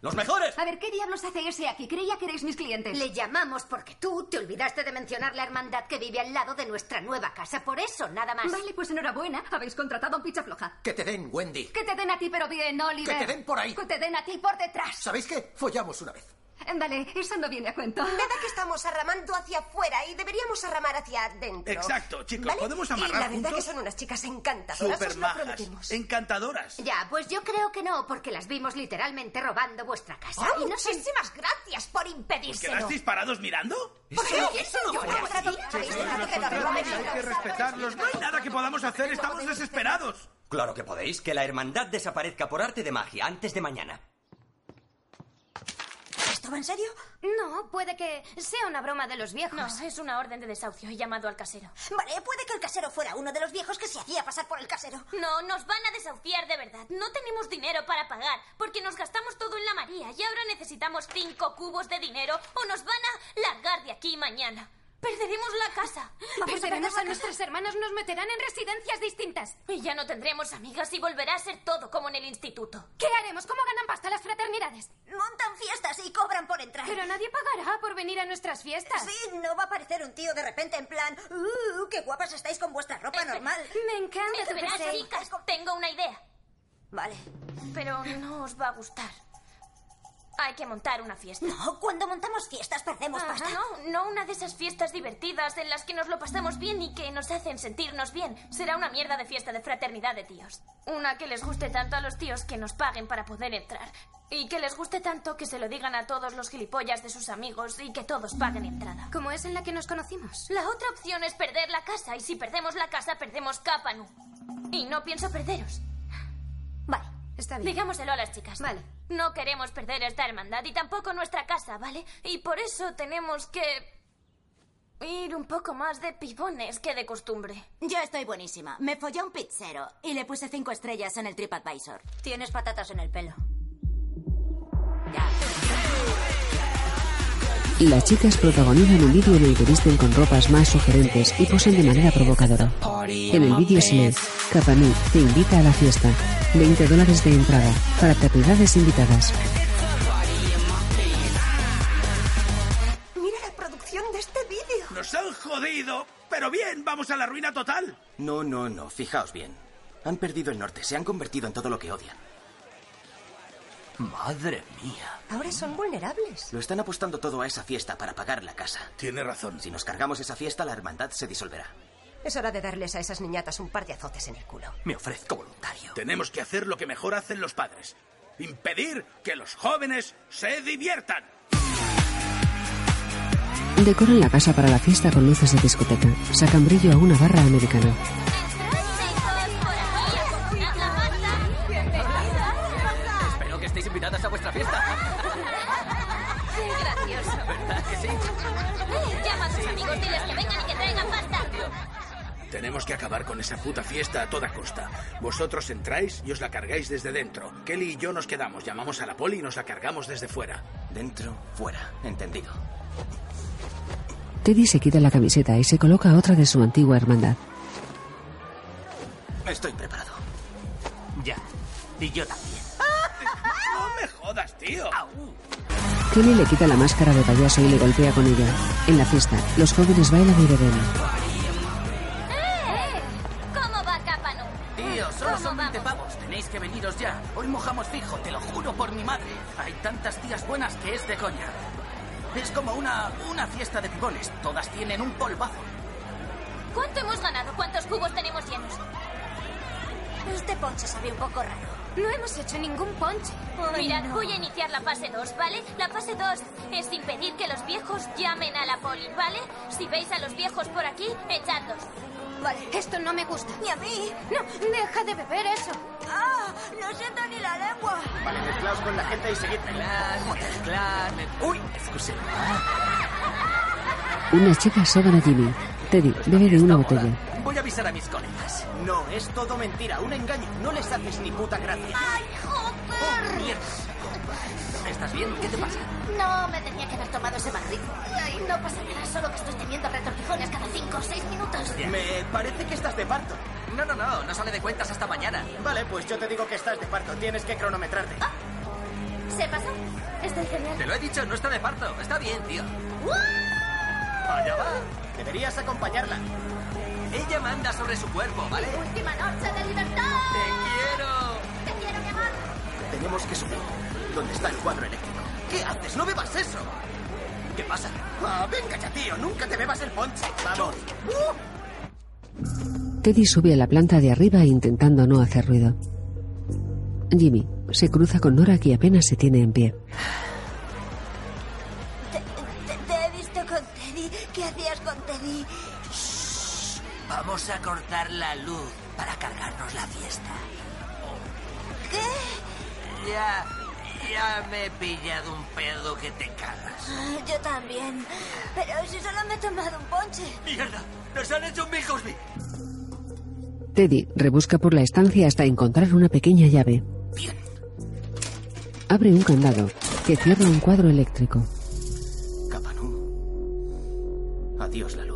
¡Los mejores! A ver, ¿qué diablos hace ese aquí? Creía que erais mis clientes. Le llamamos porque tú te olvidaste de mencionar la hermandad que vive al lado de nuestra nueva casa. Por eso, nada más. Vale, pues enhorabuena. Habéis contratado a un picha floja. Que te den, Wendy. Que te den a ti, pero bien, Oliver. Que te den por ahí. Que te den a ti por detrás. ¿Sabéis qué? Follamos una vez. Eh, Vale, eso no viene a cuento. Nada que estamos arramando hacia afuera y deberíamos arramar hacia adentro. Exacto, chicos, ¿Vale? podemos amarrar Y la verdad juntos? que son unas chicas encantadoras, Super os lo majas. prometemos. Encantadoras. Ya, pues yo creo que no, porque las vimos literalmente robando vuestra casa. Oh, y no sé- muchísimas gracias por ¿Os impedírselo. quedáis disparados mirando? ¿Por qué no eso no Yo fue contrato- así. ¿Habéis tratado que lo Hay roben? que respetarlos. No hay nada que podamos hacer. Estamos desesperados. Claro que podéis, que la hermandad desaparezca por arte de magia antes de mañana. ¿Esto va en serio? No, puede que sea una broma de los viejos. No, es una orden de desahucio. He llamado al casero. Vale, puede que el casero fuera uno de los viejos que se hacía pasar por el casero. No, nos van a desahuciar de verdad. No tenemos dinero para pagar porque nos gastamos todo en la María y ahora necesitamos cinco cubos de dinero o nos van a largar de aquí mañana. Perderemos la casa. Vamos a perder Perderemos la a nuestros hermanos, nos meterán en residencias distintas. Y ya no tendremos amigas y volverá a ser todo como en el instituto. ¿Qué haremos? ¿Cómo ganan pasta las fraternidades? Montan fiestas y cobran por entrar. Pero nadie pagará por venir a nuestras fiestas. Sí, no va a aparecer un tío de repente en plan, ¡Uh, qué guapas estáis con vuestra ropa normal! Me encanta tu Verás, jersey. chicas, tengo una idea. Vale. Pero no os va a gustar. Hay que montar una fiesta. No, cuando montamos fiestas perdemos Ajá, pasta. No, no una de esas fiestas divertidas en las que nos lo pasamos bien y que nos hacen sentirnos bien. Será una mierda de fiesta de fraternidad de tíos. Una que les guste tanto a los tíos que nos paguen para poder entrar. Y que les guste tanto que se lo digan a todos los gilipollas de sus amigos y que todos paguen entrada. Como es en la que nos conocimos. La otra opción es perder la casa y si perdemos la casa perdemos Cápanu. Y no pienso perderos. Vale, está bien. Digámoselo a las chicas. Vale. No queremos perder esta hermandad y tampoco nuestra casa, ¿vale? Y por eso tenemos que ir un poco más de pibones que de costumbre. Yo estoy buenísima. Me follé a un pizzero y le puse cinco estrellas en el TripAdvisor. Tienes patatas en el pelo. Las chicas protagonizan un vídeo en el que visten con ropas más sugerentes y posan de manera provocadora. En el vídeo se lee, Capanú te invita a la fiesta. 20 dólares de entrada, para propiedades invitadas. Mira la producción de este vídeo. Nos han jodido, pero bien, vamos a la ruina total. No, no, no, fijaos bien. Han perdido el norte, se han convertido en todo lo que odian. Madre mía. Ahora son vulnerables. Lo están apostando todo a esa fiesta para pagar la casa. Tiene razón. Si nos cargamos esa fiesta, la hermandad se disolverá. Es hora de darles a esas niñatas un par de azotes en el culo. Me ofrezco voluntario. Tenemos que hacer lo que mejor hacen los padres. Impedir que los jóvenes se diviertan. Decoran la casa para la fiesta con luces de discoteca. Sacan brillo a una barra americana. Espero que estéis invitadas a vuestra fiesta. Qué gracioso. ¿Verdad que sí? Eh, Llama a tus amigos, diles que vengan y que traigan pasta. Tenemos que acabar con esa puta fiesta a toda costa. Vosotros entráis y os la cargáis desde dentro. Kelly y yo nos quedamos, llamamos a la poli y nos la cargamos desde fuera. Dentro, fuera, entendido. Teddy se quita la camiseta y se coloca otra de su antigua hermandad. Estoy preparado. Ya. Y yo también. No me jodas, tío. Kelly le quita la máscara de payaso y le golpea con ella. En la fiesta, los jóvenes bailan y beben. ¡Eh! ¿Cómo va Capanu? Tío, solo son 20 pavos. Tenéis que veniros ya. Hoy mojamos fijo, te lo juro por mi madre. Hay tantas tías buenas que es de coña. Es como una, una fiesta de pibones. Todas tienen un polvazo. ¿Cuánto hemos ganado? ¿Cuántos cubos tenemos llenos? Este ponche sabe un poco raro. No hemos hecho ningún ponche. Mirad, voy a iniciar la fase 2, ¿vale? La fase 2 es impedir que los viejos llamen a la poli, ¿vale? Si veis a los viejos por aquí, echadlos. Vale. Esto no me gusta. Ni a mí. No, deja de beber eso. ¡Ah! No siento ni la lengua. Vale, mezclaos con la gente y seguidme. Uy, excuse. Unas chicas soban a Jimmy. Teddy bebe de una botella. Voy a avisar a mis colegas. No, es todo mentira, un engaño. No les haces ni puta gracia. ¡Ay, Oh, joder! ¿Estás bien? ¿Qué te pasa? No, me tenía que haber tomado ese barril. Ay, no pasa nada, solo que estoy teniendo retortijones cada 5 o 6 minutos. Me parece que estás de parto. No, no, no, no sale de cuentas hasta mañana. Ah, Vale, pues yo te digo que estás de parto. Tienes que cronometrarte. ¿Se pasó? Estoy genial. Te lo he dicho, no está de parto. Está bien, tío. Allá va. Deberías acompañarla. Ella manda sobre su cuerpo, ¿vale? ¡Última noche de libertad! ¡Te quiero! ¡Te quiero, mi amor! Tenemos que subir. ¿Dónde está el cuadro eléctrico? ¿Qué haces? ¡No bebas eso! ¿Qué pasa? Ah, venga ya, tío. Nunca te bebas el ponche. Vamos. ¡Uh! Teddy sube a la planta de arriba intentando no hacer ruido. Jimmy se cruza con Nora que apenas se tiene en pie. Te, te he visto con Teddy. ¿Qué hacías con Teddy? Vamos a cortar la luz para cargarnos la fiesta. ¿Qué? Ya, ya me he pillado un pedo que te cagas. Ah, Yo también. Pero si solo me he tomado un ponche. ¡Mierda! ¡Nos han hecho un Bill Cosby! Teddy rebusca por la estancia hasta encontrar una pequeña llave. Abre un candado que cierra un cuadro eléctrico. ¿A Adiós la luz.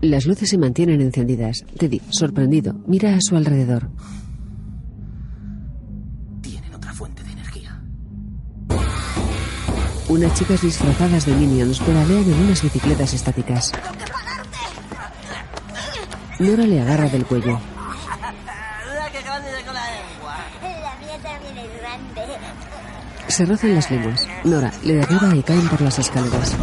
Las luces se mantienen encendidas. Teddy, sorprendido, mira a su alrededor. Tienen otra fuente de energía. Unas chicas disfrazadas de minions pedalean en unas bicicletas estáticas. Nora le agarra del cuello. La mía también es grande. Se rozan las lenguas. Nora le derriba y caen por las escaleras.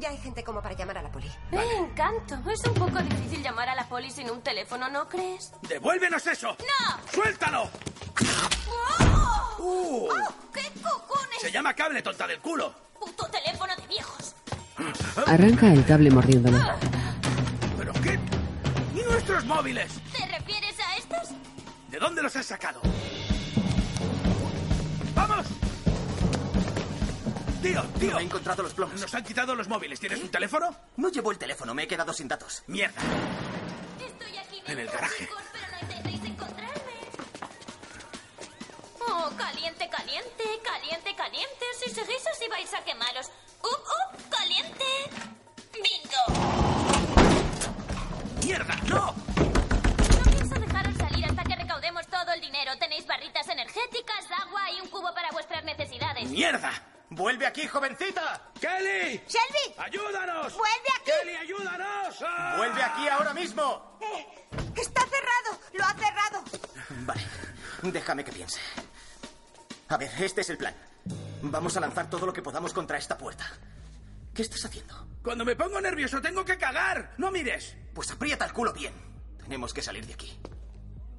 Ya hay gente como para llamar a la poli. ¡Eh, encanto! Es un poco difícil llamar a la poli sin un teléfono, ¿no crees? ¡Devuélvenos eso! ¡No! ¡Suéltalo! ¡Uh! ¡Oh! ¿Qué cojones? Se llama cable, tonta del culo. Puto teléfono de viejos. Arranca el cable mordiéndolo. ¿Pero qué? ¡Nuestros móviles! ¿Te refieres a estos? ¿De dónde los has sacado? ¡Vamos! Tío, tío. he encontrado los plomos. Nos han quitado los móviles. ¿Tienes un teléfono? No llevo el teléfono, me he quedado sin datos. Mierda. En el garaje. Oh, caliente, caliente, caliente, caliente. Si seguís así vais a quemaros. ¡Up, up! ¡Caliente! ¡Bingo! ¡Mierda! ¡No! No pienso dejaros salir hasta que recaudemos todo el dinero. Tenéis barritas energéticas, agua y un cubo para vuestras necesidades. ¡Mierda! ¡Vuelve aquí, jovencita! ¡Kelly! ¡Shelby! ¡Ayúdanos! ¡Vuelve aquí! ¡Kelly, ayúdanos! ¡Ah! Vuelve aquí ahora mismo. Eh, Está cerrado, lo ha cerrado. Vale, déjame que piense. A ver, este es el plan. Vamos a lanzar todo lo que podamos contra esta puerta. ¿Qué estás haciendo? Cuando me pongo nervioso tengo que cagar. No mires. Pues aprieta el culo bien. Tenemos que salir de aquí.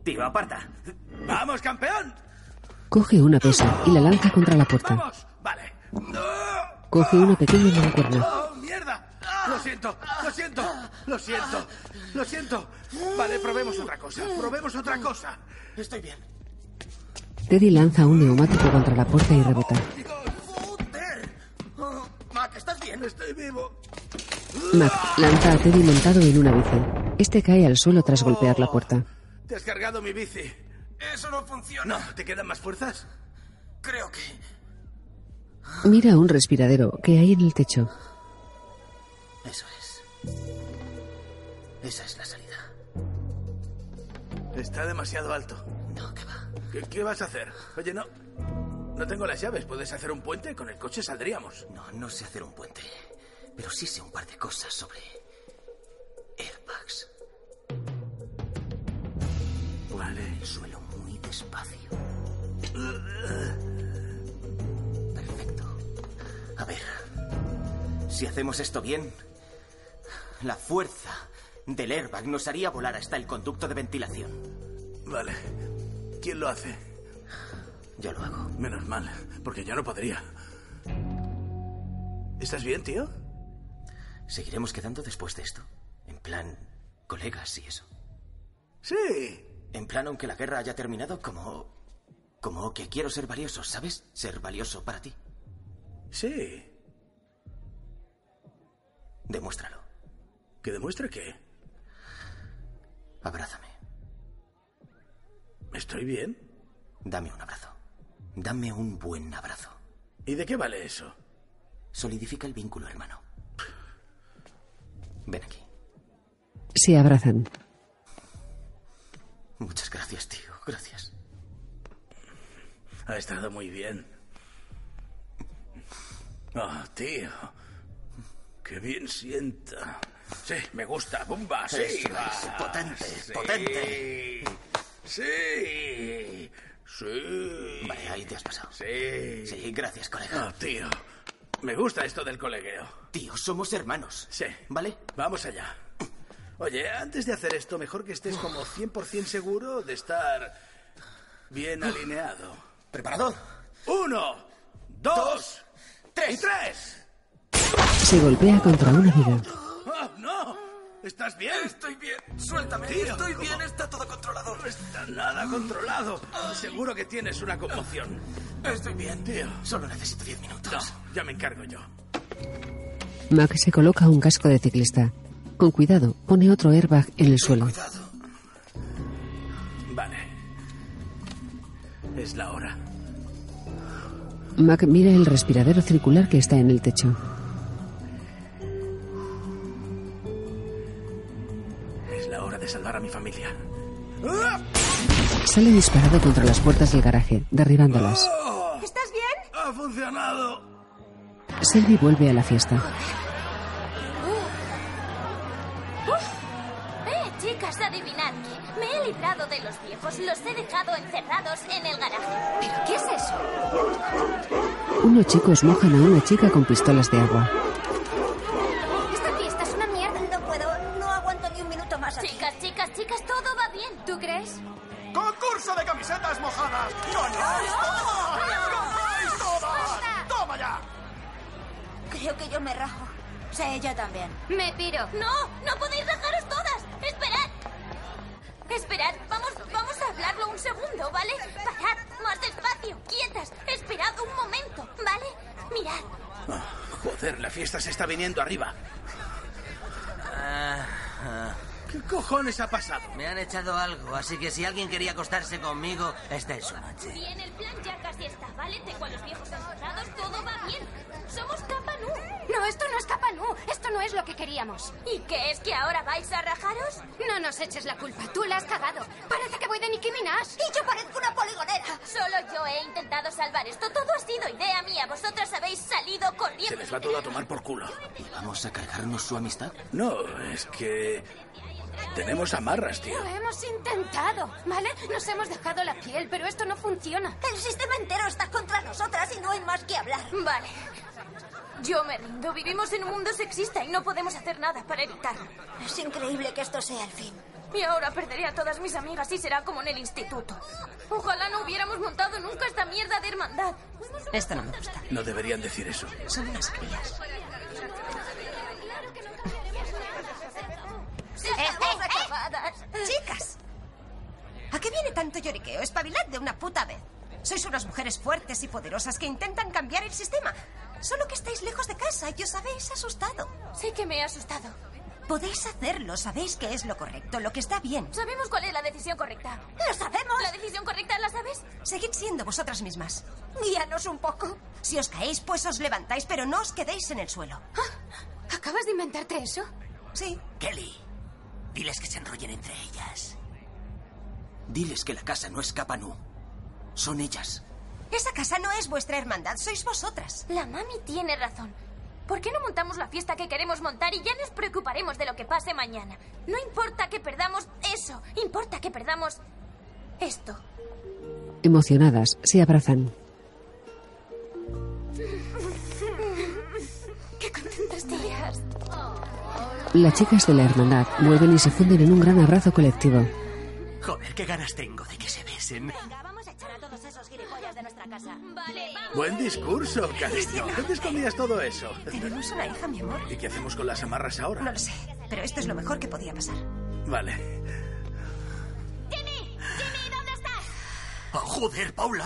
Tío, aparta. ¡Vamos, campeón! Coge una pesa y la lanza contra la puerta. Vale. Coge una pequeña mancuerna. ¡Oh, mierda! Ah. Lo siento, lo siento, lo siento, lo siento. Vale, probemos otra cosa, probemos otra cosa. Estoy bien. Teddy lanza un neumático contra la puerta y rebota. Mac, ¿estás bien? Estoy vivo. Mac lanza a Teddy montado en una bici. Este cae al suelo tras golpear la puerta. Te has cargado mi bici. Eso no funciona. ¿Te quedan más fuerzas? Creo que... Mira un respiradero que hay en el techo. Eso es. Esa es la salida. Está demasiado alto. No, que va. ¿Qué, qué vas a hacer? Oye, no... No tengo las llaves. ¿Puedes hacer un puente? Con el coche saldríamos. No, no sé hacer un puente. Pero sí sé un par de cosas sobre. airbags. Vale. El suelo muy despacio. Perfecto. A ver. Si hacemos esto bien. La fuerza del airbag nos haría volar hasta el conducto de ventilación. Vale. ¿Quién lo hace? Yo lo hago. Menos mal, porque yo no podría. ¿Estás bien, tío? ¿Seguiremos quedando después de esto? En plan, colegas y eso. Sí. En plan, aunque la guerra haya terminado, como... Como que quiero ser valioso, ¿sabes? Ser valioso para ti. Sí. Demuéstralo. ¿Que demuestre qué? Abrázame. ¿Estoy bien? Dame un abrazo. Dame un buen abrazo. ¿Y de qué vale eso? Solidifica el vínculo, hermano. Ven aquí. Se abrazan. Muchas gracias, tío. Gracias. Ha estado muy bien. Oh, tío. Qué bien sienta. Sí, me gusta. ¡Bumba! ¡Sí! Eso es. va. Potente, Sí. potente. ¡Sí! ¡Sí! Vale, ahí te has pasado. Sí. Sí, gracias, colega. Oh, tío. Me gusta esto del colegueo. Tío, somos hermanos. Sí. ¿Vale? Vamos allá. Oye, antes de hacer esto, mejor que estés como 100% seguro de estar bien alineado. ¿Preparado? Uno, dos, tres. y tres. Se golpea contra una viga. ¡Oh, no! ¿Estás bien? Estoy bien. Suéltame. Estoy bien, está todo controlado. No está nada controlado. Seguro que tienes una conmoción. Estoy bien, tío. Solo necesito diez minutos. No, ya me encargo yo. Mac se coloca un casco de ciclista. Con cuidado, pone otro airbag en el suelo. Vale. Es la hora. Mac mira el respiradero circular que está en el techo. Es la hora de salvar a mi familia. Sale disparado contra las puertas del garaje, derribándolas. ¿Estás bien? Ha funcionado. Selby vuelve a la fiesta. Uh. Uf. Eh, chicas, adivinad qué. Me he librado de los viejos. Los he dejado encerrados en el garaje. ¿Pero qué es eso? Unos chicos mojan a una chica con pistolas de agua. Esta fiesta es una mierda. No puedo. No aguanto ni un minuto más aquí. Chicas, chicas, chicas, todo va bien. ¿Tú crees? ¡Concurso de camisetas mojadas! ¡Ganáis todas! ¡Ganáis todas! ¡Toma ya! Creo que yo me rajo. Sí, yo también. Me piro. No, no podéis rajaros todas. Esperad. Esperad, vamos, vamos a hablarlo un segundo, ¿vale? Parad, más despacio, quietas. Esperad un momento, ¿vale? Mirad. Joder, la fiesta se está viniendo arriba. ¿Qué cojones ha pasado? Me han echado algo, así que si alguien quería acostarse conmigo, esta es su noche. Bien, el plan ya casi está, ¿vale? Tengo a los viejos encerrados, todo va bien. Somos Capanú. No, esto no es Capanú. Esto no es lo que queríamos. ¿Y qué es que ahora vais a rajaros? No nos eches la culpa. Tú la has cagado. Parece que voy de Nicki Minaj. Y yo parezco una poligonera. Solo yo he intentado salvar esto. Todo ha sido idea mía. Vosotras habéis salido Se corriendo. les va todo a tomar por culo. ¿Y vamos a cargarnos su amistad? No, es que... Tenemos amarras, tío. Lo hemos intentado, ¿vale? Nos hemos dejado la piel, pero esto no funciona. El sistema entero está contra nosotras y no hay más que hablar. Vale. Yo me rindo. Vivimos en un mundo sexista y no podemos hacer nada para evitarlo. Es increíble que esto sea el fin. Y ahora perderé a todas mis amigas y será como en el instituto. Ojalá no hubiéramos montado nunca esta mierda de hermandad. Esto no me gusta. No deberían decir eso. Son unas crías. ¡Eh, Chicas, ¿a qué viene tanto lloriqueo? Espabilad de una puta vez. Sois unas mujeres fuertes y poderosas que intentan cambiar el sistema. Solo que estáis lejos de casa y os habéis asustado. Sé que me he asustado. Podéis hacerlo, sabéis que es lo correcto, lo que está bien. Sabemos cuál es la decisión correcta. ¡Lo sabemos! ¿La decisión correcta la sabes? Seguid siendo vosotras mismas. Guíanos un poco. Si os caéis, pues os levantáis, pero no os quedéis en el suelo. ¿Acabas de inventarte eso? Sí. Kelly, diles que se enrollen entre ellas. Diles que la casa no es Capanú. Son ellas. Esa casa no es vuestra hermandad, sois vosotras. La mami tiene razón. ¿Por qué no montamos la fiesta que queremos montar y ya nos preocuparemos de lo que pase mañana? No importa que perdamos eso, importa que perdamos esto. Emocionadas, se abrazan. Qué contentas días. Las chicas de la hermandad vuelven y se funden en un gran abrazo colectivo. Joder, qué ganas tengo de que se besen. Buen discurso, cariño. ¿Dónde escondías todo eso? Tenemos una hija, mi amor. ¿Y qué hacemos con las amarras ahora? No lo sé, pero esto es lo mejor que podía pasar. Vale. Ah, joder, Paula.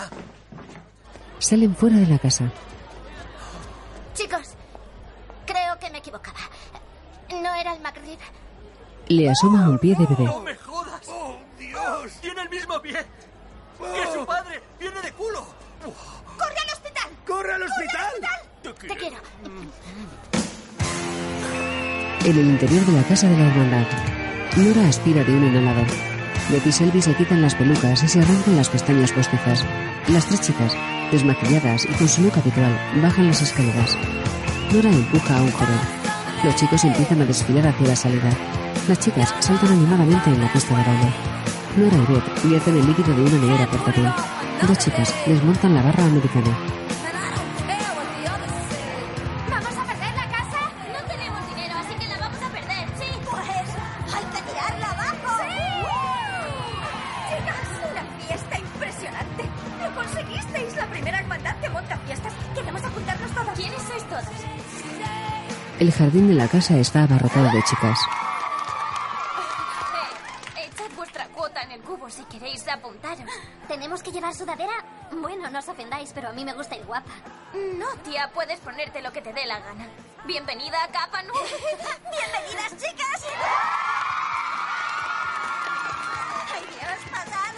Salen fuera de la casa. Chicos, creo que me equivocaba. No era el McRib. Le asoma un pie de bebé. ¡No me jodas! ¡Oh, Dios! ¡Tiene el mismo pie! ¡Que su padre! ¡Viene de culo! ¡Corre al hospital! ¡Corre al hospital! Te quiero. En el interior de la casa de la hermandad, Nora aspira de un inhalador. Betty y Selby se quitan las pelucas y se arrancan las pestañas postizas. Las tres chicas, desmaquilladas y con su look habitual, bajan las escaleras. Nora empuja a un joven. Los chicos empiezan a desfilar hacia la salida. Las chicas saltan animadamente en la pista de baile. Nora y Beth vierten el líquido de una nevera portátil. Dos chicas desmontan la barra americana. ¿Vamos a perder la casa? No tenemos dinero, así que la vamos a perder, sí. Pues hay que tirarla abajo. ¡Sí! Chicas, una fiesta impresionante. Lo conseguisteis, la primera hermandad que monta fiestas. Queremos apuntarnos todas. ¿Quiénes sois todas? El jardín de la casa está abarrotado de chicas. Eh, echad vuestra cuota en el cubo si queréis apuntaros. ¿Tenemos que llevar sudadera? Bueno, no os ofendáis, pero a mí me gusta ir guapa. No, tía, puedes ponerte lo que te dé la gana. Bienvenida a Capanu. ¡Bienvenidas, chicas! ¡Ay, Dios, pasad!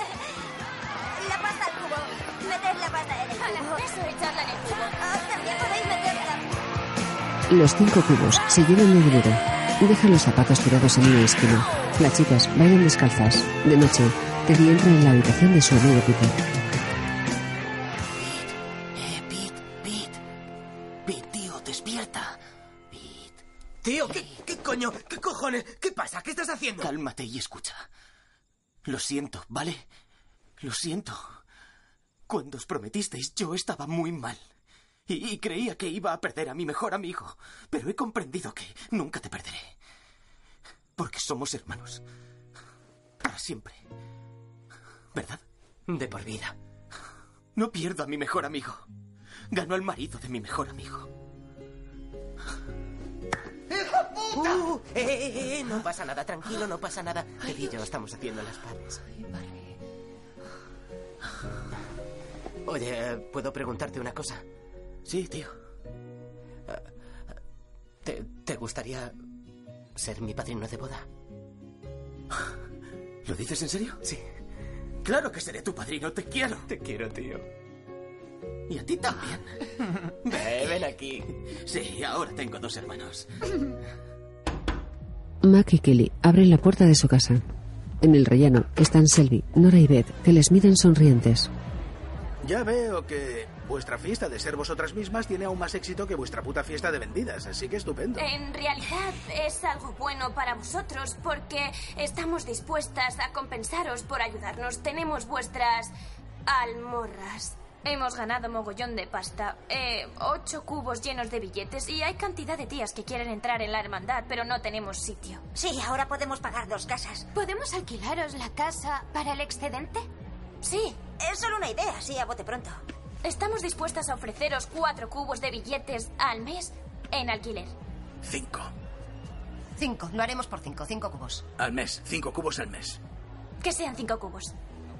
La pasta al cubo. Meted la pasta en el Ala, cubo. eso, echadla en el cubo. Los cinco cubos se llenan de dinero. Dejan los zapatos tirados en una esquina. Las chicas bailan descalzas. De noche, Teddy entra en la habitación de su amigo Peter. Pete, tío, despierta. Pete. Tío, ¿qué, qué coño? ¿Qué cojones? ¿Qué pasa? ¿Qué estás haciendo? Cálmate y escucha. Lo siento, ¿vale? Lo siento. Cuando os prometisteis, yo estaba muy mal. Y, y creía que iba a perder a mi mejor amigo. Pero he comprendido que nunca te perderé. Porque somos hermanos. Para siempre. ¿Verdad? De por vida. No pierdo a mi mejor amigo. Ganó al marido de mi mejor amigo. ¡Hija puta! eh, eh, eh, no pasa nada, tranquilo, no pasa nada. Él y yo estamos haciendo las paces. Oye, eh, ¿puedo preguntarte una cosa? Sí, tío. Eh, ¿Te, te gustaría ser mi padrino de boda? ¿Lo dices en serio? Sí. Claro que seré tu padrino, te quiero. Te quiero, tío. Y a ti también. Ven, ven aquí. Sí, ahora tengo dos hermanos. Mac y Kelly abren la puerta de su casa. En el rellano están Selby, Nora y Beth, que les miran sonrientes. Ya veo que vuestra fiesta de ser vosotras mismas tiene aún más éxito que vuestra puta fiesta de vendidas, así que estupendo. En realidad es algo bueno para vosotros porque estamos dispuestas a compensaros por ayudarnos. Tenemos vuestras almorras. Hemos ganado mogollón de pasta, eh, ocho cubos llenos de billetes y hay cantidad de tías que quieren entrar en la hermandad, pero no tenemos sitio. Sí, ahora podemos pagar dos casas. ¿Podemos alquilaros la casa para el excedente? Sí, es solo una idea, así a bote pronto. Estamos dispuestas a ofreceros cuatro cubos de billetes al mes en alquiler. Cinco. Cinco, lo haremos por cinco, cinco cubos. Al mes. Cinco cubos al mes. Que sean cinco cubos.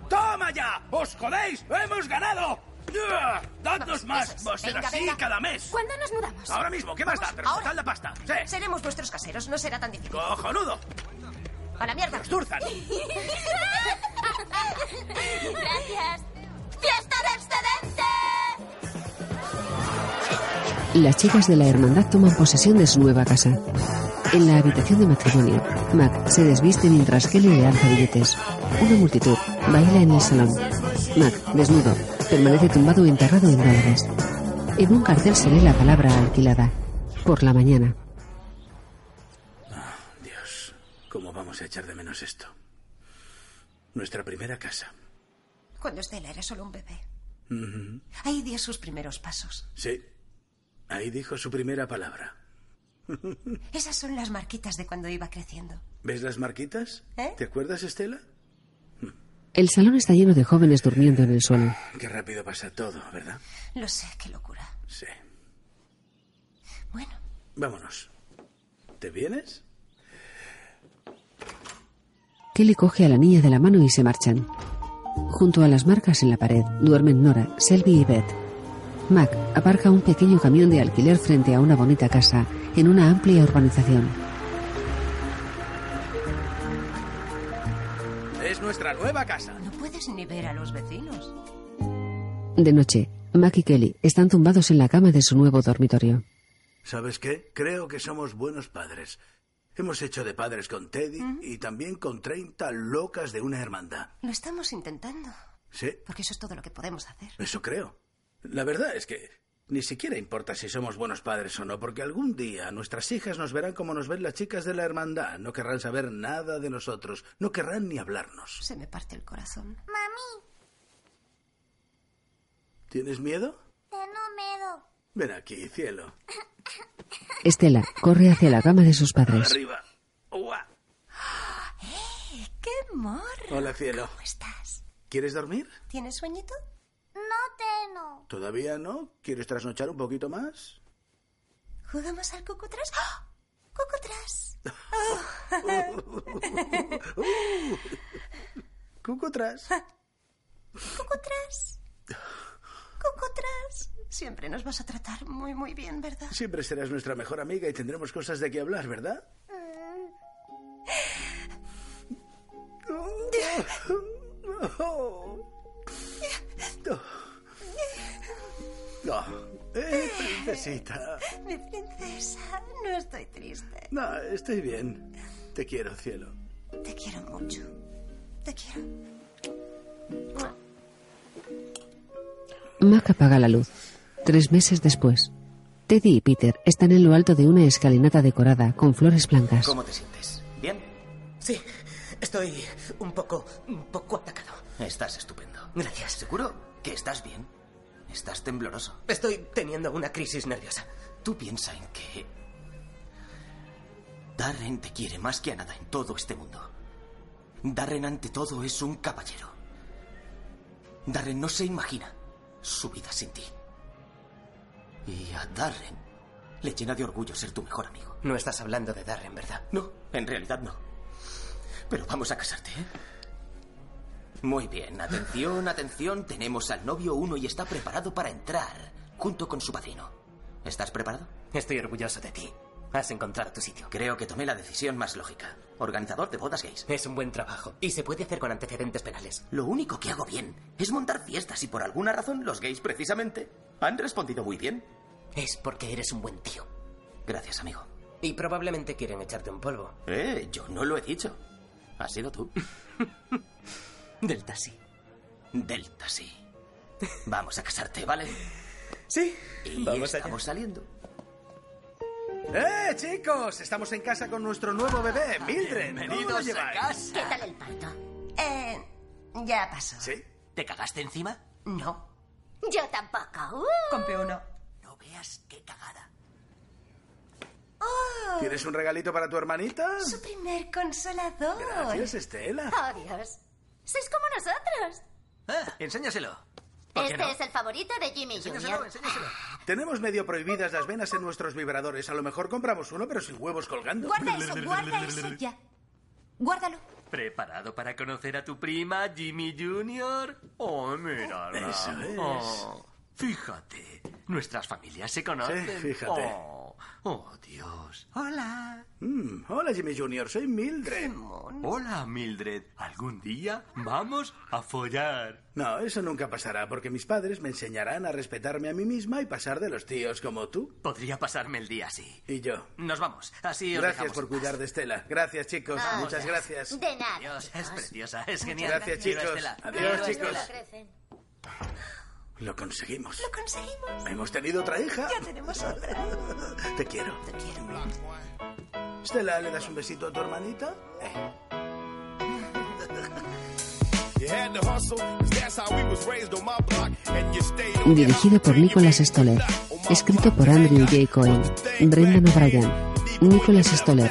¡Toma ya! ¡Os jodéis! ¡Hemos ganado! ¡Uah! ¡Dadnos más! eso ¡Va a es. ser Venga, así venga. cada mes! ¿Cuándo nos mudamos? Ahora mismo, ¿qué más da? Pero ahora. soltad la pasta. ¡Sí! Seremos vuestros caseros, no será tan difícil. ¡Cojonudo! ¡A la mierda! ¡Turzan! Gracias. ¡Fiesta de excedente! Las chicas de la hermandad toman posesión de su nueva casa. En la habitación de matrimonio, Mac se desviste mientras Kelly le lanza billetes. Una multitud baila en el salón. Mac, desnudo, permanece tumbado enterrado en dólares. En un cartel se lee la palabra alquilada. Por la mañana, Dios, ¿cómo vamos a echar de menos esto? Nuestra primera casa. Cuando Estela era solo un bebé. Ujú. Ahí dio sus primeros pasos. Sí. Ahí dijo su primera palabra. Esas son las marquitas de cuando iba creciendo. ¿Ves las marquitas? ¿Eh? ¿Te acuerdas, Estela? el salón está lleno de jóvenes durmiendo en el suelo. Qué rápido pasa todo, ¿verdad? Lo sé, qué locura. Sí. Bueno. Vámonos. ¿Te vienes? Kelly coge a la niña de la mano y se marchan. Junto a las marcas en la pared duermen Nora, Selby y Beth. Mac aparca un pequeño camión de alquiler frente a una bonita casa en una amplia urbanización. Es nuestra nueva casa. No puedes ni ver a los vecinos. De noche, Mac y Kelly están tumbados en la cama de su nuevo dormitorio. ¿Sabes qué? Creo que somos buenos padres. Hemos hecho de padres con Teddy Mm. y también con 30 locas de una hermandad. Lo estamos intentando. Sí, Porque eso es todo lo que podemos hacer. eso creo. La verdad es que ni siquiera importa si somos buenos padres o no, porque algún día nuestras hijas nos verán como nos ven las chicas de la hermandad. No querrán saber nada de nosotros, no querrán ni hablarnos. Se me parte el corazón. Mami, ¿Tienes miedo? tengo miedo. Ven aquí, cielo. Estela corre hacia la cama de sus padres. Arriba. Ua. ¡Qué morro! Hola, cielo. ¿Cómo estás? ¿Quieres dormir? ¿Tienes sueñito? No teno. ¿Todavía no? ¿Quieres trasnochar un poquito más? ¿Jugamos al cocotras? ¡Ah! ¡Cocotras! ¡Cocotras! ¡Cocotras! ¡Cocotras! Siempre nos vas a tratar muy, muy bien, ¿verdad? Siempre serás nuestra mejor amiga y tendremos cosas de qué hablar, ¿verdad? Oh, eh, princesita. Mi princesa, no estoy triste. No, estoy bien. Te quiero, cielo. Te quiero mucho. Te quiero. Mac apaga la luz. Tres meses después. Teddy y Peter están en lo alto de una escalinata decorada con flores blancas. ¿Cómo te sientes? ¿Bien? Sí, estoy un poco, un poco atacado. Estás estupendo. Gracias. ¿Seguro que estás bien? Estás tembloroso. Estoy teniendo una crisis nerviosa. Tú piensa en que... Darren te quiere más que a nada en todo este mundo. Darren ante todo es un caballero. Darren no se imagina su vida sin ti. Y a Darren le llena de orgullo ser tu mejor amigo. No estás hablando de Darren, ¿verdad? No, en realidad no. Pero vamos a casarte, ¿eh? Muy bien, atención, atención. Tenemos al novio uno y está preparado para entrar, junto con su padrino. ¿Estás preparado? Estoy orgulloso de ti. Has encontrado tu sitio. Creo que tomé la decisión más lógica. Organizador de bodas gays. Es un buen trabajo y se puede hacer con antecedentes penales. Lo único que hago bien es montar fiestas y por alguna razón los gays precisamente han respondido muy bien. Es porque eres un buen tío. Gracias, amigo. Y probablemente quieren echarte un polvo. Eh, yo no lo he dicho. Has sido tú. Delta sí. Delta sí. Vamos a casarte, ¿vale? Sí. Y Vamos allá. estamos saliendo. ¡Eh, chicos! Estamos en casa con nuestro nuevo bebé, Mildred. ¿Cómo lo Bienvenidos a lleváis? casa. ¿Qué tal el parto? Eh, ya pasó. ¿Sí? ¿Te cagaste encima? No. Yo tampoco. Uh. Campeona. No veas qué cagada. ¿Tienes un regalito para tu hermanita? Oh, Su primer consolador. Gracias, Estela. ¡Oh, Dios! ¡Sois como nosotros! Enséñaselo. Este es el favorito de Jimmy Jr. Tenemos medio prohibidas las venas en nuestros vibradores. A lo mejor compramos uno, pero sin huevos colgando. Guarda eso, guarda eso ya. Guárdalo. ¿Preparado para conocer a tu prima, Jimmy Jr.? Oh, mira. Eso es. Oh. fíjate, nuestras familias se conocen. Sí, fíjate. Oh, oh, Dios. Hola. Mm, hola, Jimmy Junior. Soy Mildred. Hola, Mildred. ¿Algún día vamos a follar? No, eso nunca pasará, porque mis padres me enseñarán a respetarme a mí misma y pasar de los tíos como tú. Podría pasarme el día así. Y yo. Nos vamos. Así os Gracias dejamos por en paz. cuidar de Estela. Gracias, chicos. Ah, Muchas gracias. De nada. Dios, es preciosa, es genial. Gracias, Quiero a chicos. Estela. Adiós, Quiero a chicos. Estela. Lo conseguimos. Lo conseguimos. Hemos tenido otra hija. Ya tenemos otra. Te quiero. Te quiero. Eh. Estela, ¿le das un besito a tu hermanita? You had to hustle, 'cause that's how we was raised on my block. And you stayed on your Dirigido por Nicholas Stoller. Escrito por Andrew J. Cohen, Brendan O'Brien, Nicholas Stoller,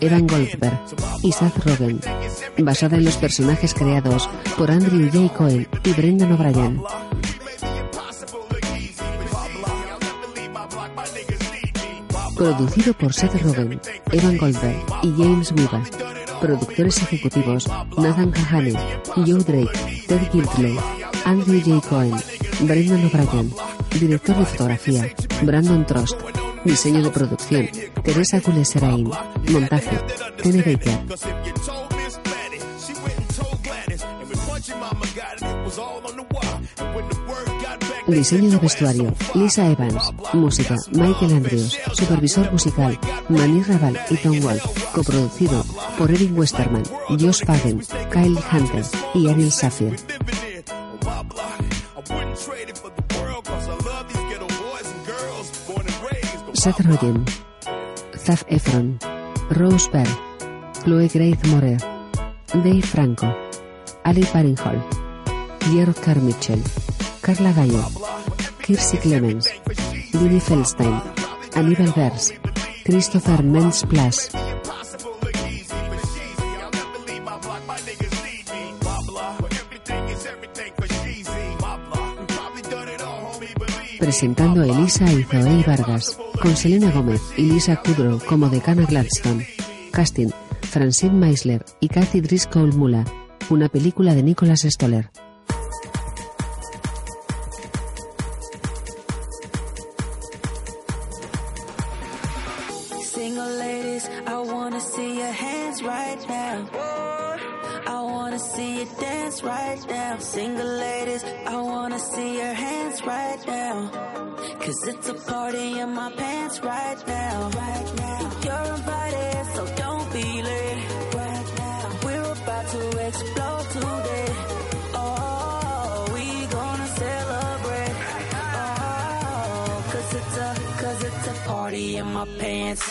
Evan Goldberg y Seth Rogen. Basada en los personajes creados por Andrew J. Cohen y Brendan O'Brien. Producido por Seth Rogen, Evan Goldberg y James Weaver. Productores ejecutivos Nathan Kahane, Joe Drake, Ted Giltlow, Andrew J. Cohen, Brendan O'Brien. Director de fotografía Brandon Trost. Diseño de producción Teresa Gules Serain. Montaje Tene Baker. Cause if you told Miss Gladys, she went and told Gladys. And when Punchy Mama got it, it was all on the wire. And when the word got back, they said, Diseño de vestuario, Lisa Evans. Música, Michael Andrews. Supervisor musical, Manny Raval y Tom Wolf. Coproducido por Eric Westerman, Josh Pagan, Kyle Hunter y Ariel Safir. Seth Rogen, Zaf Efron, Rose Bell, Chloe Grace Morer, Dave Franco, Ali Paringhall, Gerard Carmichael, Carla Gallo, Kirsty Clemens, Billy Feldstein, Aníbal Vers, Christopher Menz Plus, presentando a Elisa y Zoe Vargas, con Selena Gómez y Lisa Kudrow como decana Gladstone. Casting, Francine Meisler y Kathy Driscoll Mula, una película de Nicholas Stoller. Single ladies, I wanna see your hands right now. I wanna see you dance right now. Single ladies, I wanna see your hands right now. Cause it's a party in my pants right now. Right now. You're invited, so don't be late. Right now. We're about to explode today. Oh, we gonna celebrate. Oh, cause it's a, cause it's a party in my pants.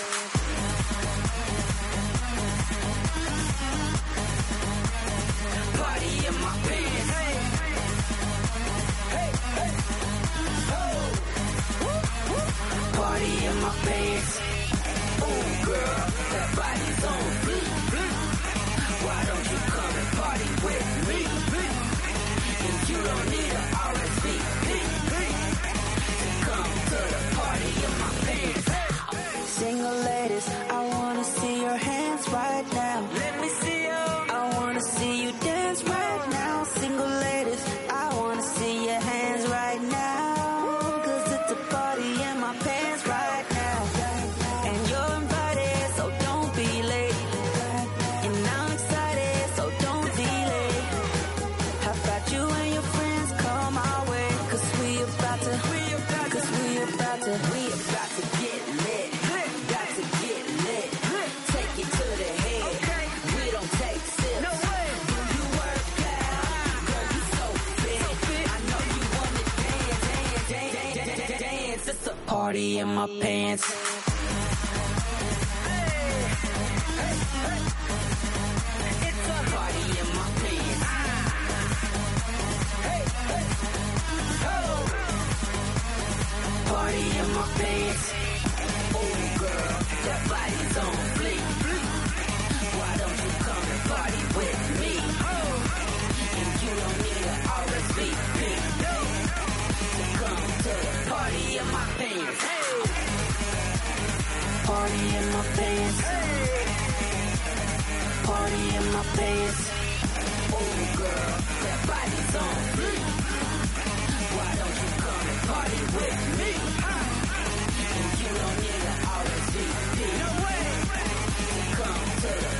Party in my pants. Hey, hey, hey. Oh. Woo, woo. Party in my pants. Oh, girl, that body's on fleek. Why don't you come and party with me? And you don't need a RSVP to come to the party in my pants. Single ladies, I wanna see your hands right now. Let me see you. I wanna see you dance right now. Single ladies, I wanna see your hands right now. Cause it's a party in my pants right now. And you're invited, so don't be late. And I'm excited, so don't delay. How about you and your friends come our way? Cause we about to, we about to, cause we about to, we about to get lit. Got to get lit. Take it to the head. We don't take sips. No way. Do you work out? Girl, you so fit. I know you wanna dance, dance, dance, dance, dance, dance. It's a Party in my pants. party in my pants. Hey, hey, oh. Party in my pants. Oh, girl, that body's on fleek. Why don't you come and party with me? Oh, And you don't need an RSVP to come to the party in my pants. Party in my pants. Party in my pants. Oh, girl, that body's on fleek. Why don't you come and party with me? And you don't need an RSVP. No way. To come to the